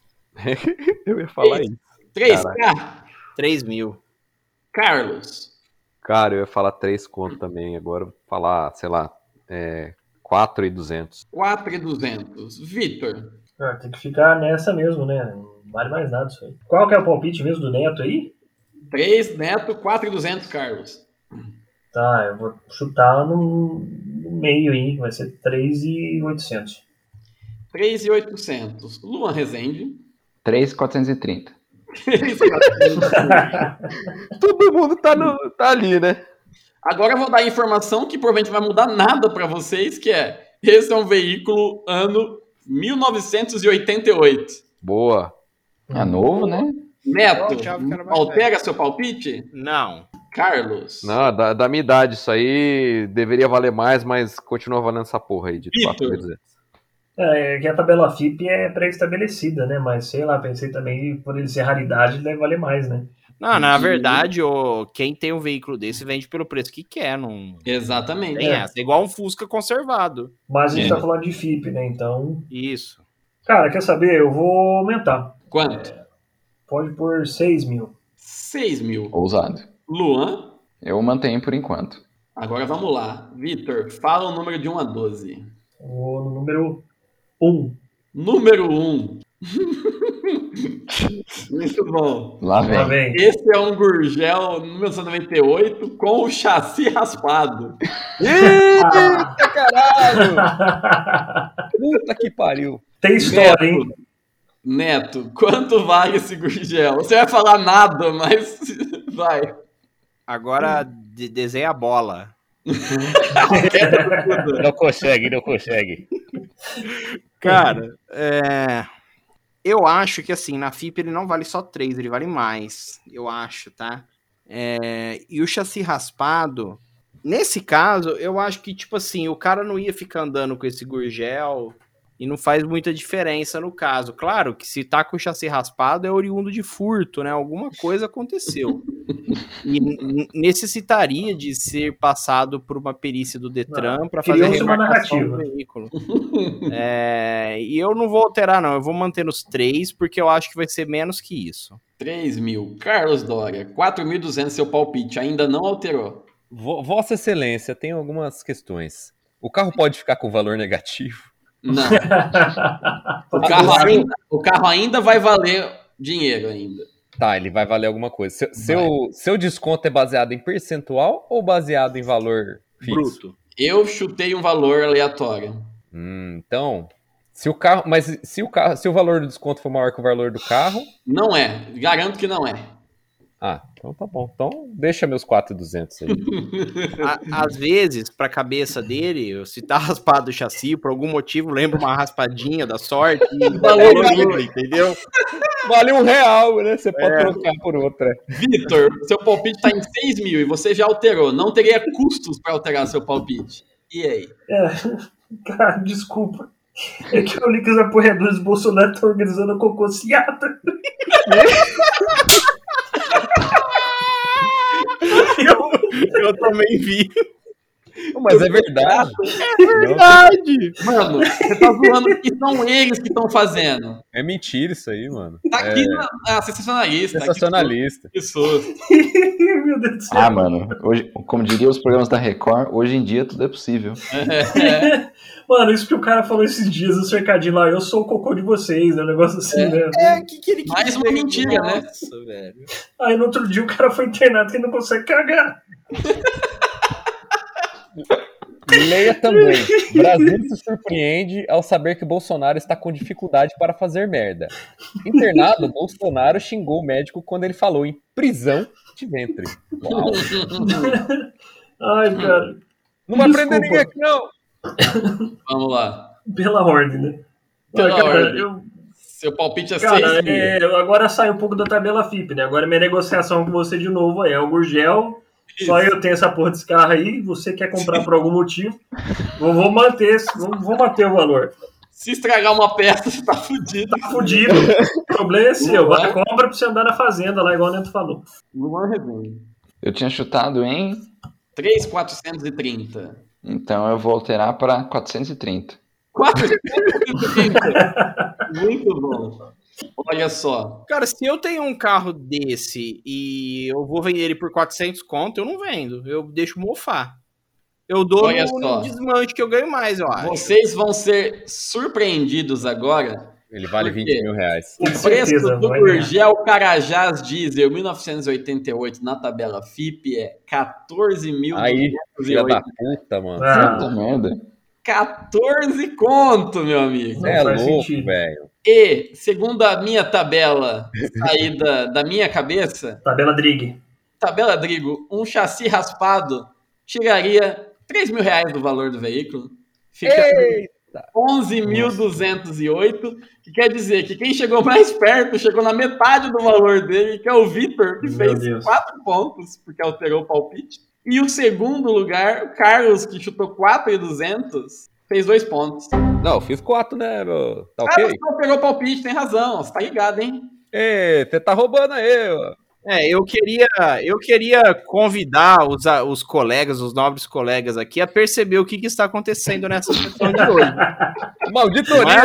E: Eu ia falar isso.
B: 3K?
D: 3 mil.
B: Carlos.
E: Cara, eu ia falar três conto também. Agora eu vou falar, sei lá, é, 4,200.
B: 4,200. Vitor.
F: Ah, tem que ficar nessa mesmo, né? Não vale mais nada isso aí. Qual que é o palpite mesmo do Neto aí?
B: 3, Neto, 4,200, Carlos.
F: Tá, eu vou chutar no, no meio aí, vai ser 3,800.
B: 3,800. Luan Rezende.
G: 3,430.
B: 3.400.
E: Todo mundo tá, no- tá ali, né?
B: Agora eu vou dar a informação que provavelmente vai mudar nada pra vocês, que é esse é um veículo ano 1988.
E: Boa.
G: É novo, né?
B: Neto,
H: Eu achava que era mais
B: altera seu palpite?
D: Não.
B: Carlos.
E: Não, da, da minha idade, isso aí deveria valer mais, mas continua valendo essa porra aí de
B: Vitor.
E: 4,200.
F: É, é que a tabela FIP é pré-estabelecida, né? Mas sei lá, pensei também, por ele ser raridade, ele deve valer mais, né?
D: Não, Ah, na verdade, ô, quem tem um veículo desse vende pelo preço que quer, não
B: Exatamente.
D: tem essa. É igual um Fusca conservado.
F: Mas a gente
G: É.
F: tá falando de FIP, né? Então.
D: Isso.
F: Cara, quer saber? Eu vou aumentar.
B: Quanto?
F: Pode por 6 mil.
B: 6 mil.
G: Ousado.
B: Luan,
G: Eu mantenho por enquanto.
B: agora vamos lá. Vitor, fala o número de 1 a 12.
F: Vou no número 1.
B: Número 1. Muito bom.
G: Lá
F: Tá
G: vem.
F: bem.
B: Esse é um Gurgel 1998 com o chassi raspado.
F: Ah,
E: Caralho! Puta que pariu.
F: tem história, hein?
B: Neto, quanto vale esse gurgel? Você vai falar nada, mas vai.
D: Agora de- desenha a bola.
I: Não consegue, não consegue.
D: Cara, é, eu acho que assim, na FIP ele não vale só 3, ele vale mais, eu acho, tá? É, E o chassi raspado, nesse caso, eu acho que, tipo assim, o cara não ia ficar andando com esse gurgel e não faz muita diferença no caso. Claro que se tá com o chassi raspado é oriundo de furto, né? Alguma coisa aconteceu. E n- necessitaria de ser passado por uma perícia do Detran para fazer a
F: criou-se uma
D: remarcação do
F: narrativa.
D: veículo. É, e eu não vou alterar, não. Eu vou manter nos três, porque eu acho que vai ser menos que isso.
B: 3 mil. Carlos Dória, 4.200 seu palpite. Ainda não alterou.
E: Vo- Vossa Excelência, tem algumas questões. O carro pode ficar com valor negativo?
B: Não. O carro ainda, o carro ainda vai valer dinheiro ainda.
E: Tá, ele vai valer alguma coisa. Seu, seu, seu desconto é baseado em percentual ou baseado em valor fixo?
D: Bruto.
B: Eu chutei um valor aleatório.
E: Hum, então, se o carro, mas se o carro, se o valor do desconto for maior que o valor do carro,
B: Não é. Garanto que não é.
E: ah, então tá bom. Então deixa meus 4,200 aí.
D: À- às vezes, pra cabeça dele, se tá raspado o chassi, por algum motivo, lembra uma raspadinha da sorte. e
B: é
D: valoriza, entendeu?
E: vale um real, né? Você pode trocar por outra.
B: Vitor, seu palpite está em 6 mil e você já alterou. Não teria custos para alterar seu palpite. E aí?
F: É, Cara, desculpa. É que eu li que os apoiadores do Bolsonaro estão organizando a cocociata.
D: Eu também vi.
E: Mas é verdade.
D: Verdade!
B: Mano, você tá zoando que são eles que estão fazendo.
E: É mentira isso aí, mano.
B: Tá aqui
F: É.
B: na, na sensacionalista.
E: Sensacionalista.
B: Que susto.
F: Meu Deus do céu.
G: Ah, mano. Hoje, como diria os programas da Record, hoje em dia tudo é possível.
B: É, é.
F: Mano, isso que o cara falou esses dias no cercadinho lá, eu sou o cocô de vocês, né? Um negócio assim, né?
D: É, que, que ele quis
B: Mais uma
D: dizer?
B: mentira, né?
D: Nossa, velho.
F: Aí no outro dia o cara foi internado e não consegue cagar.
I: Leia também. Brasil se surpreende ao saber que Bolsonaro está com dificuldade para fazer merda. Internado, Bolsonaro xingou o médico quando ele falou em prisão de ventre. Uau.
F: Ai, cara.
I: Não vai prender ninguém aqui, não.
B: Vamos lá.
F: Pela ordem, né?
B: Pela
F: Olha, cara,
B: ordem.
F: eu-
B: Seu palpite é 6
F: Cara,
B: mil.
F: é, eu agora sai um pouco da tabela FIP, né? Agora minha negociação com você de novo aí é o Gurgel. Só
B: Isso.
F: eu tenho essa porra desse carro aí. Você quer comprar por algum motivo? Eu vou manter, esse- vou, vou manter o valor.
B: Se estragar uma peça, você tá fudido.
F: Tá fudido. O problema é seu. Agora compra pra você andar na fazenda lá, igual o Neto falou.
B: Luan Redondo.
G: Eu tinha chutado em.
B: 3,430.
G: Então eu vou alterar pra 430.
B: 430. Muito bom. Olha só.
D: Cara, se eu tenho um carro desse e eu vou vender ele por 400 conto, eu não vendo. Eu deixo mofar. Eu dou
B: Olha
D: no,
B: só.
D: no desmanche que eu ganho mais, eu acho.
B: Vocês vão ser surpreendidos agora.
I: Ele vale
B: Por quê?
I: 20 mil reais.
B: O
F: Com
B: preço
F: certeza,
B: do
F: vai ganhar.
B: Gurgel Carajás Diesel 1988 na tabela FIP é 14 mil.
I: Aí, filha da puta, mano.
F: Ah,
G: Puta merda.
B: 14 conto, meu amigo.
F: não
I: é
F: faz
I: louco,
F: sentido.
I: velho.
B: E, segundo a minha tabela saída da minha cabeça,
F: tabela Drig.
B: tabela Drigo, um chassi raspado tiraria 3 mil reais do valor do veículo. Ficaria 11.208, que quer dizer que quem chegou mais perto chegou na metade do valor dele, que é o Vitor, que
F: Meu
B: fez
F: Deus.
B: 4 pontos, porque alterou o palpite. E o segundo lugar, o Carlos, que chutou 4,200, fez 2 pontos.
E: Não, fiz quatro, né, meu? Tá
B: Ah,
E: ok?
B: você não pegou palpite, tem razão, você tá ligado, hein?
E: Ê, você tá roubando aí, ó.
D: É, eu queria, eu queria convidar os, a- os colegas, os nobres colegas aqui, a perceber o que, que está acontecendo nessa sessão de hoje.
E: Uma auditoria!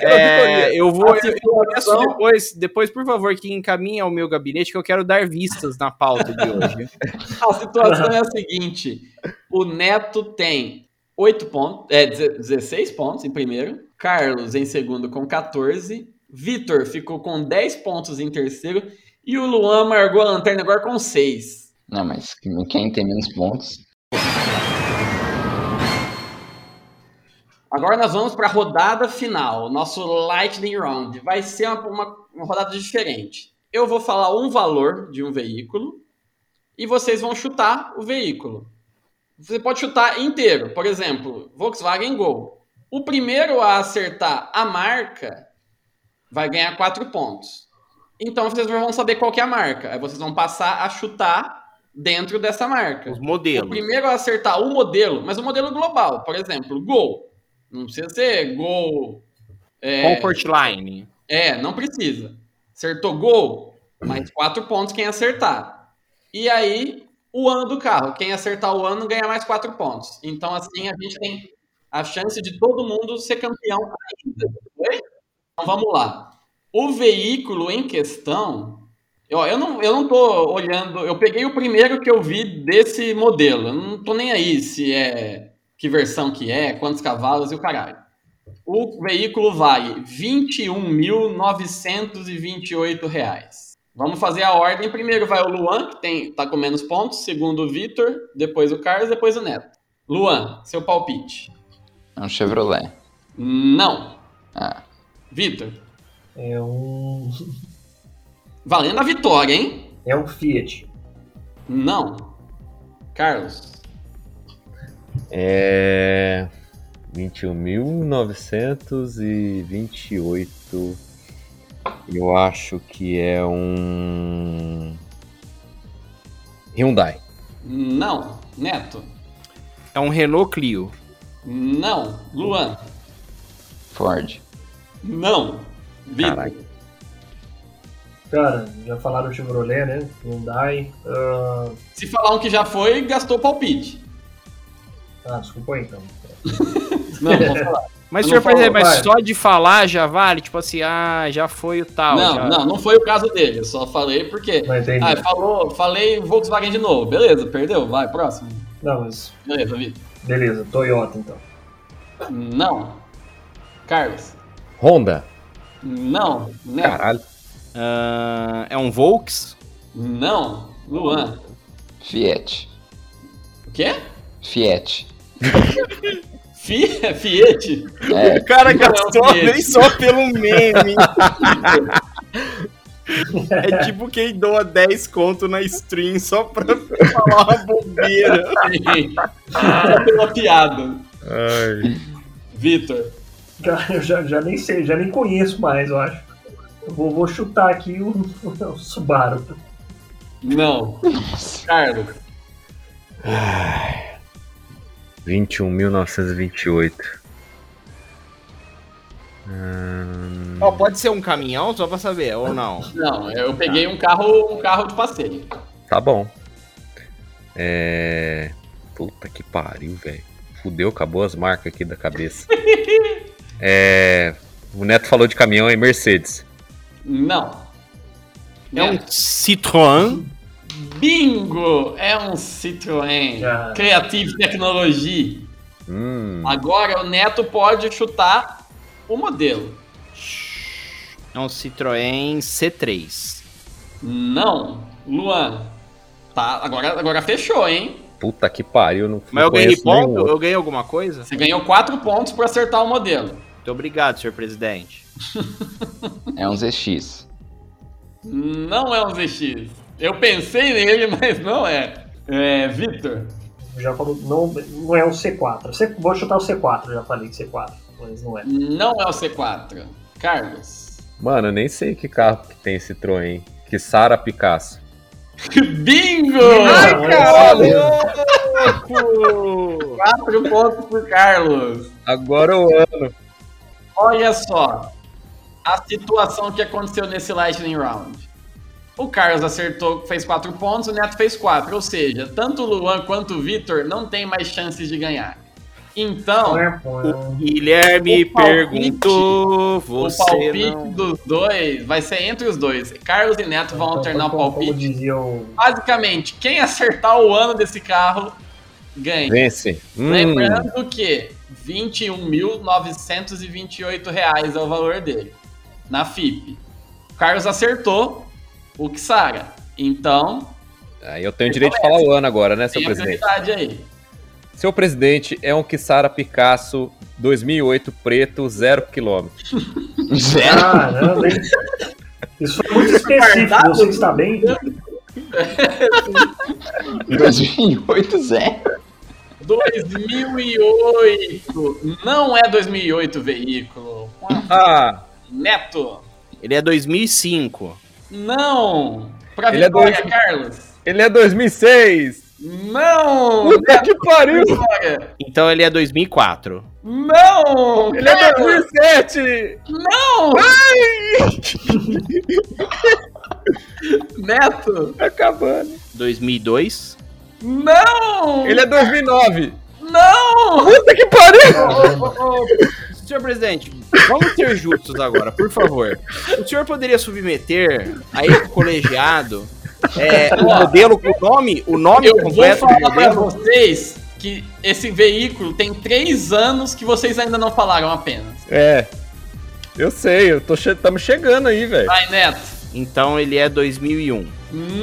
D: É, eu vou.
B: A
D: Eu, eu peço
B: Então-
D: depois, depois, por favor, que encaminhe ao meu gabinete, que eu quero dar vistas na pauta de hoje.
B: A situação é a seguinte: o Neto tem 8 pontos, é, deze- 16 pontos em primeiro, Carlos em segundo com 14, Vitor ficou com 10 pontos em terceiro e o Luan marcou a lanterna agora com 6.
G: Não, né, mas quem tem menos pontos.
B: Agora nós vamos para a rodada final, nosso Lightning Round. Vai ser uma, uma- uma rodada diferente. Eu vou falar um valor de um veículo e vocês vão chutar o veículo. Você pode chutar inteiro, por exemplo, Volkswagen Gol. O primeiro a acertar a marca vai ganhar quatro pontos. Então vocês vão saber qual que é a marca. Aí vocês vão passar a chutar dentro dessa marca.
D: Os
B: O
D: modelos.
B: primeiro a acertar o modelo, mas o modelo global, por exemplo, gol. Não precisa ser gol. É,
D: Comfort Line.
B: é, não precisa. Acertou gol, mais quatro pontos quem acertar. E aí, o ano do carro. Quem acertar o ano ganha mais quatro pontos. Então, assim, a gente tem a chance de todo mundo ser campeão ainda. ok? Então, vamos lá. O veículo em questão. Ó, eu, não, eu não tô olhando. Eu peguei o primeiro que eu vi desse modelo. Eu não tô nem aí se é. Que versão que é, quantos cavalos e o caralho. O veículo vale um R$ 21.928 reais. Vamos fazer a ordem. Primeiro vai o Luan, que tem, tá com menos pontos. Segundo o Vitor, depois o Carlos, depois o Neto. Luan, seu palpite.
G: É um Chevrolet.
B: Não.
G: Ah.
B: Vitor,
F: É um.
B: valendo a vitória, hein?
F: É um Fiat.
B: Não. Carlos,
E: É. 21.928. Eu acho que é um. Hyundai.
B: não. Neto,
D: É um Renault Clio.
B: não. Luan,
G: Ford.
B: não. Vitor,
E: Caralho.
F: Cara, já falaram Chevrolet, né? Hyundai. Ah,
B: se falar um que já foi, gastou palpite.
F: ah, desculpa aí, então.
B: Não, vou falar.
D: Mas,
B: Eu
D: senhor,
B: não
D: por exemplo,
F: falo,
D: mas
F: vai.
D: só de falar já vale? Tipo assim, ah, já foi o tal. já-
B: Não, não, não foi o caso dele. Eu só falei porque.
F: Não entendi.
B: Ah, falou, falei Volkswagen de novo. Beleza, perdeu. Vai, próximo.
F: Não, mas.
B: Beleza, Vitor.
F: Beleza, Toyota então.
B: Não. Carlos.
E: Honda.
B: Não. né? Neto.
E: Caralho.
D: Ah, é um Volks?
B: Não. Luan.
G: Fiat.
B: O quê?
G: Fiat.
B: Fi... Fiat?
G: É,
D: cara
B: gastou nem
D: só pelo meme. É tipo quem doa 10 conto na stream só pra falar uma bobeira.
B: Só pela piada. Vitor.
F: Cara, eu já, já nem sei, já nem conheço mais, eu acho. Eu vou, vou chutar aqui o, o Subaru.
B: Não. Carlos.
J: 21.928. Hum,
D: Ó, pode ser um caminhão só pra saber, ou não?
B: Não, eu peguei um carro, um carro de passeio.
J: tá bom. É. Puta que pariu, velho. Fudeu, acabou as marcas aqui da cabeça. É. O Neto falou de caminhão e Mercedes.
B: Não.
D: É um Citroën.
B: um Bingo! É um Citroën.
D: É.
B: Creative Technology.
J: Hum.
B: Agora o Neto pode chutar o modelo.
D: É um Citroën C3.
B: Não, Luan. Tá, agora, agora fechou, hein?
J: Puta que pariu, não
D: Mas é eu
J: não
D: ganhei
J: conheço nenhum
D: ponto?
J: outro.
D: Eu ganhei alguma coisa?
B: Você ganhou quatro pontos para acertar o modelo.
D: Muito obrigado, senhor presidente.
G: É um ZX.
B: Não é um ZX. Eu pensei nele, mas não é. É, Victor.
F: Já falou, não, não é o C4. C- vou chutar o C4, já falei que C4, mas não é.
B: Não é o C4. Carlos.
J: Mano, eu nem sei que carro que tem esse Citroën. Que Sara Picasso.
B: Bingo!
F: Ai,
D: louco!
B: Quatro pontos pro Carlos.
J: Agora o ano.
B: Olha só a situação que aconteceu nesse Lightning Round. O Carlos acertou, fez quatro pontos, o Neto fez quatro. Ou seja, tanto o Luan quanto o Vitor não tem mais chances de ganhar. Então,
F: Né?
D: Guilherme
B: O palpite-
D: perguntou, você
B: o palpite
D: não...
B: dos dois vai ser entre os dois. Carlos e Neto vão alternar o
F: Então, Como- como- Como
B: palpite.
F: dizia o
B: Basicamente, quem acertar o ano desse carro ganha.
J: Vence. Hum,
B: Lembrando que um R$ 21.928 reais é o valor dele na FIP. O Carlos acertou o Kisara. Então,
J: Aí eu tenho o direito de falar o ano agora, né, seu
B: tem a
J: presidente?
B: prioridade aí.
J: Seu presidente é um Sara Picasso 2008 preto, zero quilômetro.
G: Zero?
F: Caramba, hein? Isso foi
B: É
F: muito específico. Você que está bem?
G: 2008, zero?
B: 2008! Não é 2008 o veículo. um
J: Ah,
B: Neto!
D: Ele é 2005.
B: Não! Pra
J: Ele é
B: vitória,
J: dois-
B: Carlos!
J: ele é 2006!
B: Não!
J: Puta que pariu!
B: Vitória!
D: Então ele é 2004.
B: Não!
J: Ele é
B: Carlos!
J: 2007!
B: Não! Neto!
J: Tá acabando.
D: 2002.
B: Não!
J: Ele é 2009!
B: Não!
J: Puta que pariu!
D: Senhor presidente, vamos ser justos agora, por favor. O senhor poderia submeter a esse colegiado é, o modelo, o nome, o nome
B: Eu vou
D: completo do
B: falar pra
D: modelo?
B: vocês que esse veículo tem três anos que vocês ainda não falaram apenas.
J: É. Eu sei, eu tô che tamo chegando aí, velho.
B: Vai, Neto.
D: Então ele é 2001.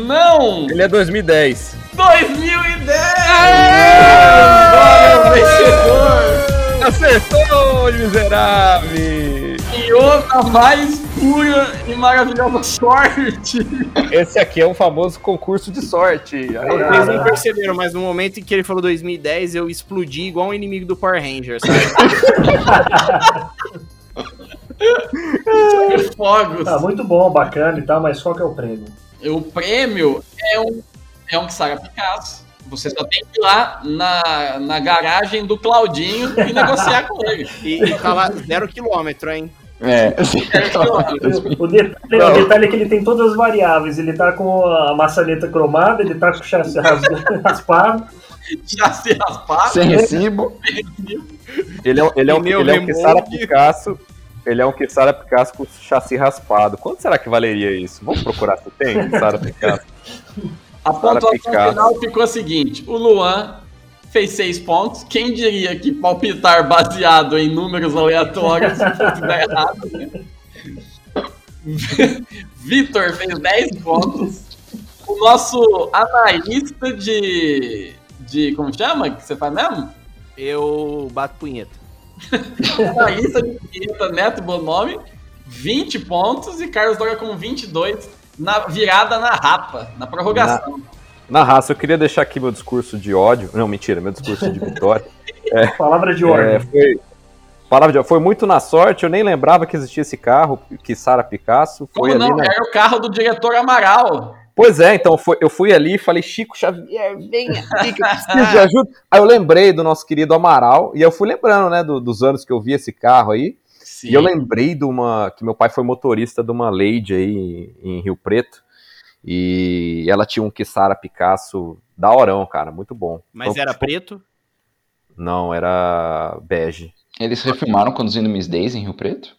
B: Não!
J: Ele é 2010.
B: 2010! É.
J: Acertou, miserável!
B: E outra mais pura e maravilhosa sorte.
J: Esse aqui é um famoso concurso de sorte.
B: É,
J: Aí,
D: Vocês não perceberam, mas no momento em que ele falou 2010, eu explodi igual um inimigo do Power Rangers. sabe?
B: Fogos.
F: Tá muito bom, bacana e tal, mas qual que é o prêmio?
B: O prêmio é um, é um Sara Picasso. Você só tem que ir lá na, na garagem do Claudinho e negociar com ele.
D: E, e tá lá zero quilômetro, hein?
G: É.
F: O detalhe, o detalhe é que ele tem todas as variáveis. Ele tá com a maçaneta cromada, ele tá com o chassi ras- raspado.
B: Já se raspar.
G: Sem recibo?
J: Ele é, um- ele é um,
D: Pneu
J: ele é um
D: Lemon.
J: Kissara Picasso. Ele é um Kissara Picasso com chassi raspado. Quanto será que valeria isso? Vamos procurar se tem Kissara Picasso.
B: A pontuação
J: Picasso.
B: final ficou a seguinte: o Luan fez seis pontos. Quem diria que palpitar baseado em números aleatórios fosse dar errado? né? Vitor fez 10 pontos. O nosso analista de. de como chama? Que você faz mesmo?
D: Eu bato punheta.
B: Analista de direita, Neto Bonomi, 20 pontos. E Carlos Doga com 22. na virada na rapa, na prorrogação.
E: Na raça, eu queria deixar aqui meu discurso de ódio. Não, mentira, meu discurso de vitória. É,
F: Palavra de ódio.
E: é, foi, palavra de ódio. Foi muito na sorte, eu nem lembrava que existia esse carro, que Sara Picasso. Foi
B: Como
E: ali
B: não? É.
E: na-
B: Era o carro do diretor Amaral.
E: Pois é, então foi- eu fui ali e falei, Chico Xavier, vem aqui que eu preciso de ajuda. Aí eu lembrei do nosso querido Amaral, e eu fui lembrando, né, do- dos anos que eu vi esse carro aí. E eu lembrei de uma. que meu pai foi motorista de uma Lady aí em, em Rio Preto. E ela tinha um Sara Picasso daorão, cara, muito bom.
D: Mas
E: Então,
D: era preto?
E: Não, era bege.
G: Eles refilmaram conduzindo Miss Daisy em Rio Preto?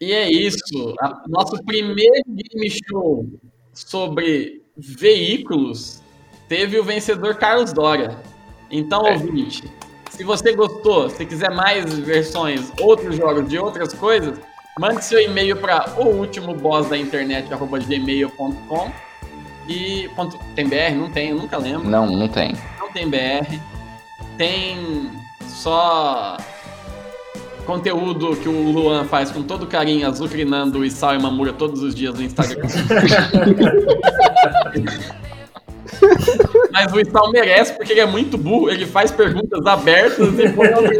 B: E é isso. A- nosso primeiro game show sobre veículos teve o vencedor Carlos Dória. Então,
E: É.
B: ouvinte, se você gostou, se quiser mais versões, outros jogos de outras coisas, mande seu e-mail para o último boss da internet, arroba gmail.com e ponto- tem BR? Não tem, eu nunca lembro.
G: Não, não tem.
B: Não tem BR. Tem só conteúdo que o Luan faz com todo carinho, azucrinando e sal e mamura todos os dias no Instagram. Mas o Sal merece, porque ele é muito burro, ele faz perguntas abertas e põe alguém-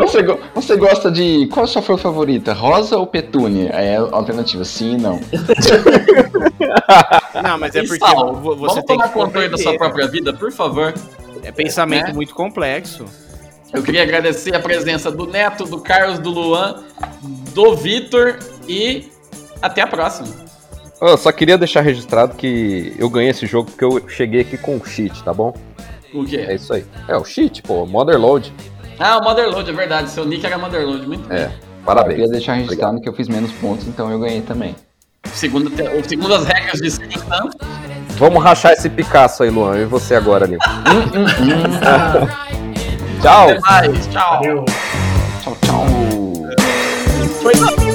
G: Você, go- você gosta de. Qual sua foi a favorita? Rosa ou petúnia? Aí É a alternativa sim e não.
D: Não, mas é
B: E
D: porque
B: assim, Sal,
D: vo-
B: Tá.
D: você
B: Vamos
D: tem
B: tomar
D: que
B: controle da sua
D: compreender. né?"
B: própria vida, por favor.
D: É pensamento
B: Né?
D: muito complexo.
B: Eu queria agradecer a presença do Neto, do Carlos, do Luan, do Vitor e até a próxima.
E: Eu só queria deixar registrado que eu ganhei esse jogo porque eu cheguei aqui com o cheat, tá bom?
B: O quê?
E: É isso aí. É o cheat, pô, Motherload.
B: Ah, o Motherload, é verdade. Seu nick era Motherload. Muito bem.
E: É,
G: Eu
E: parabéns.
G: queria deixar registrado que eu fiz menos pontos, então eu ganhei também.
B: Segundo, te- ou segundo as regras de Steam, então.
E: Vamos rachar esse Picasso aí, Luan, e você agora, Nil. Tchau.
B: Até mais. Tchau.
G: Tchau, tchau.
B: Foi na-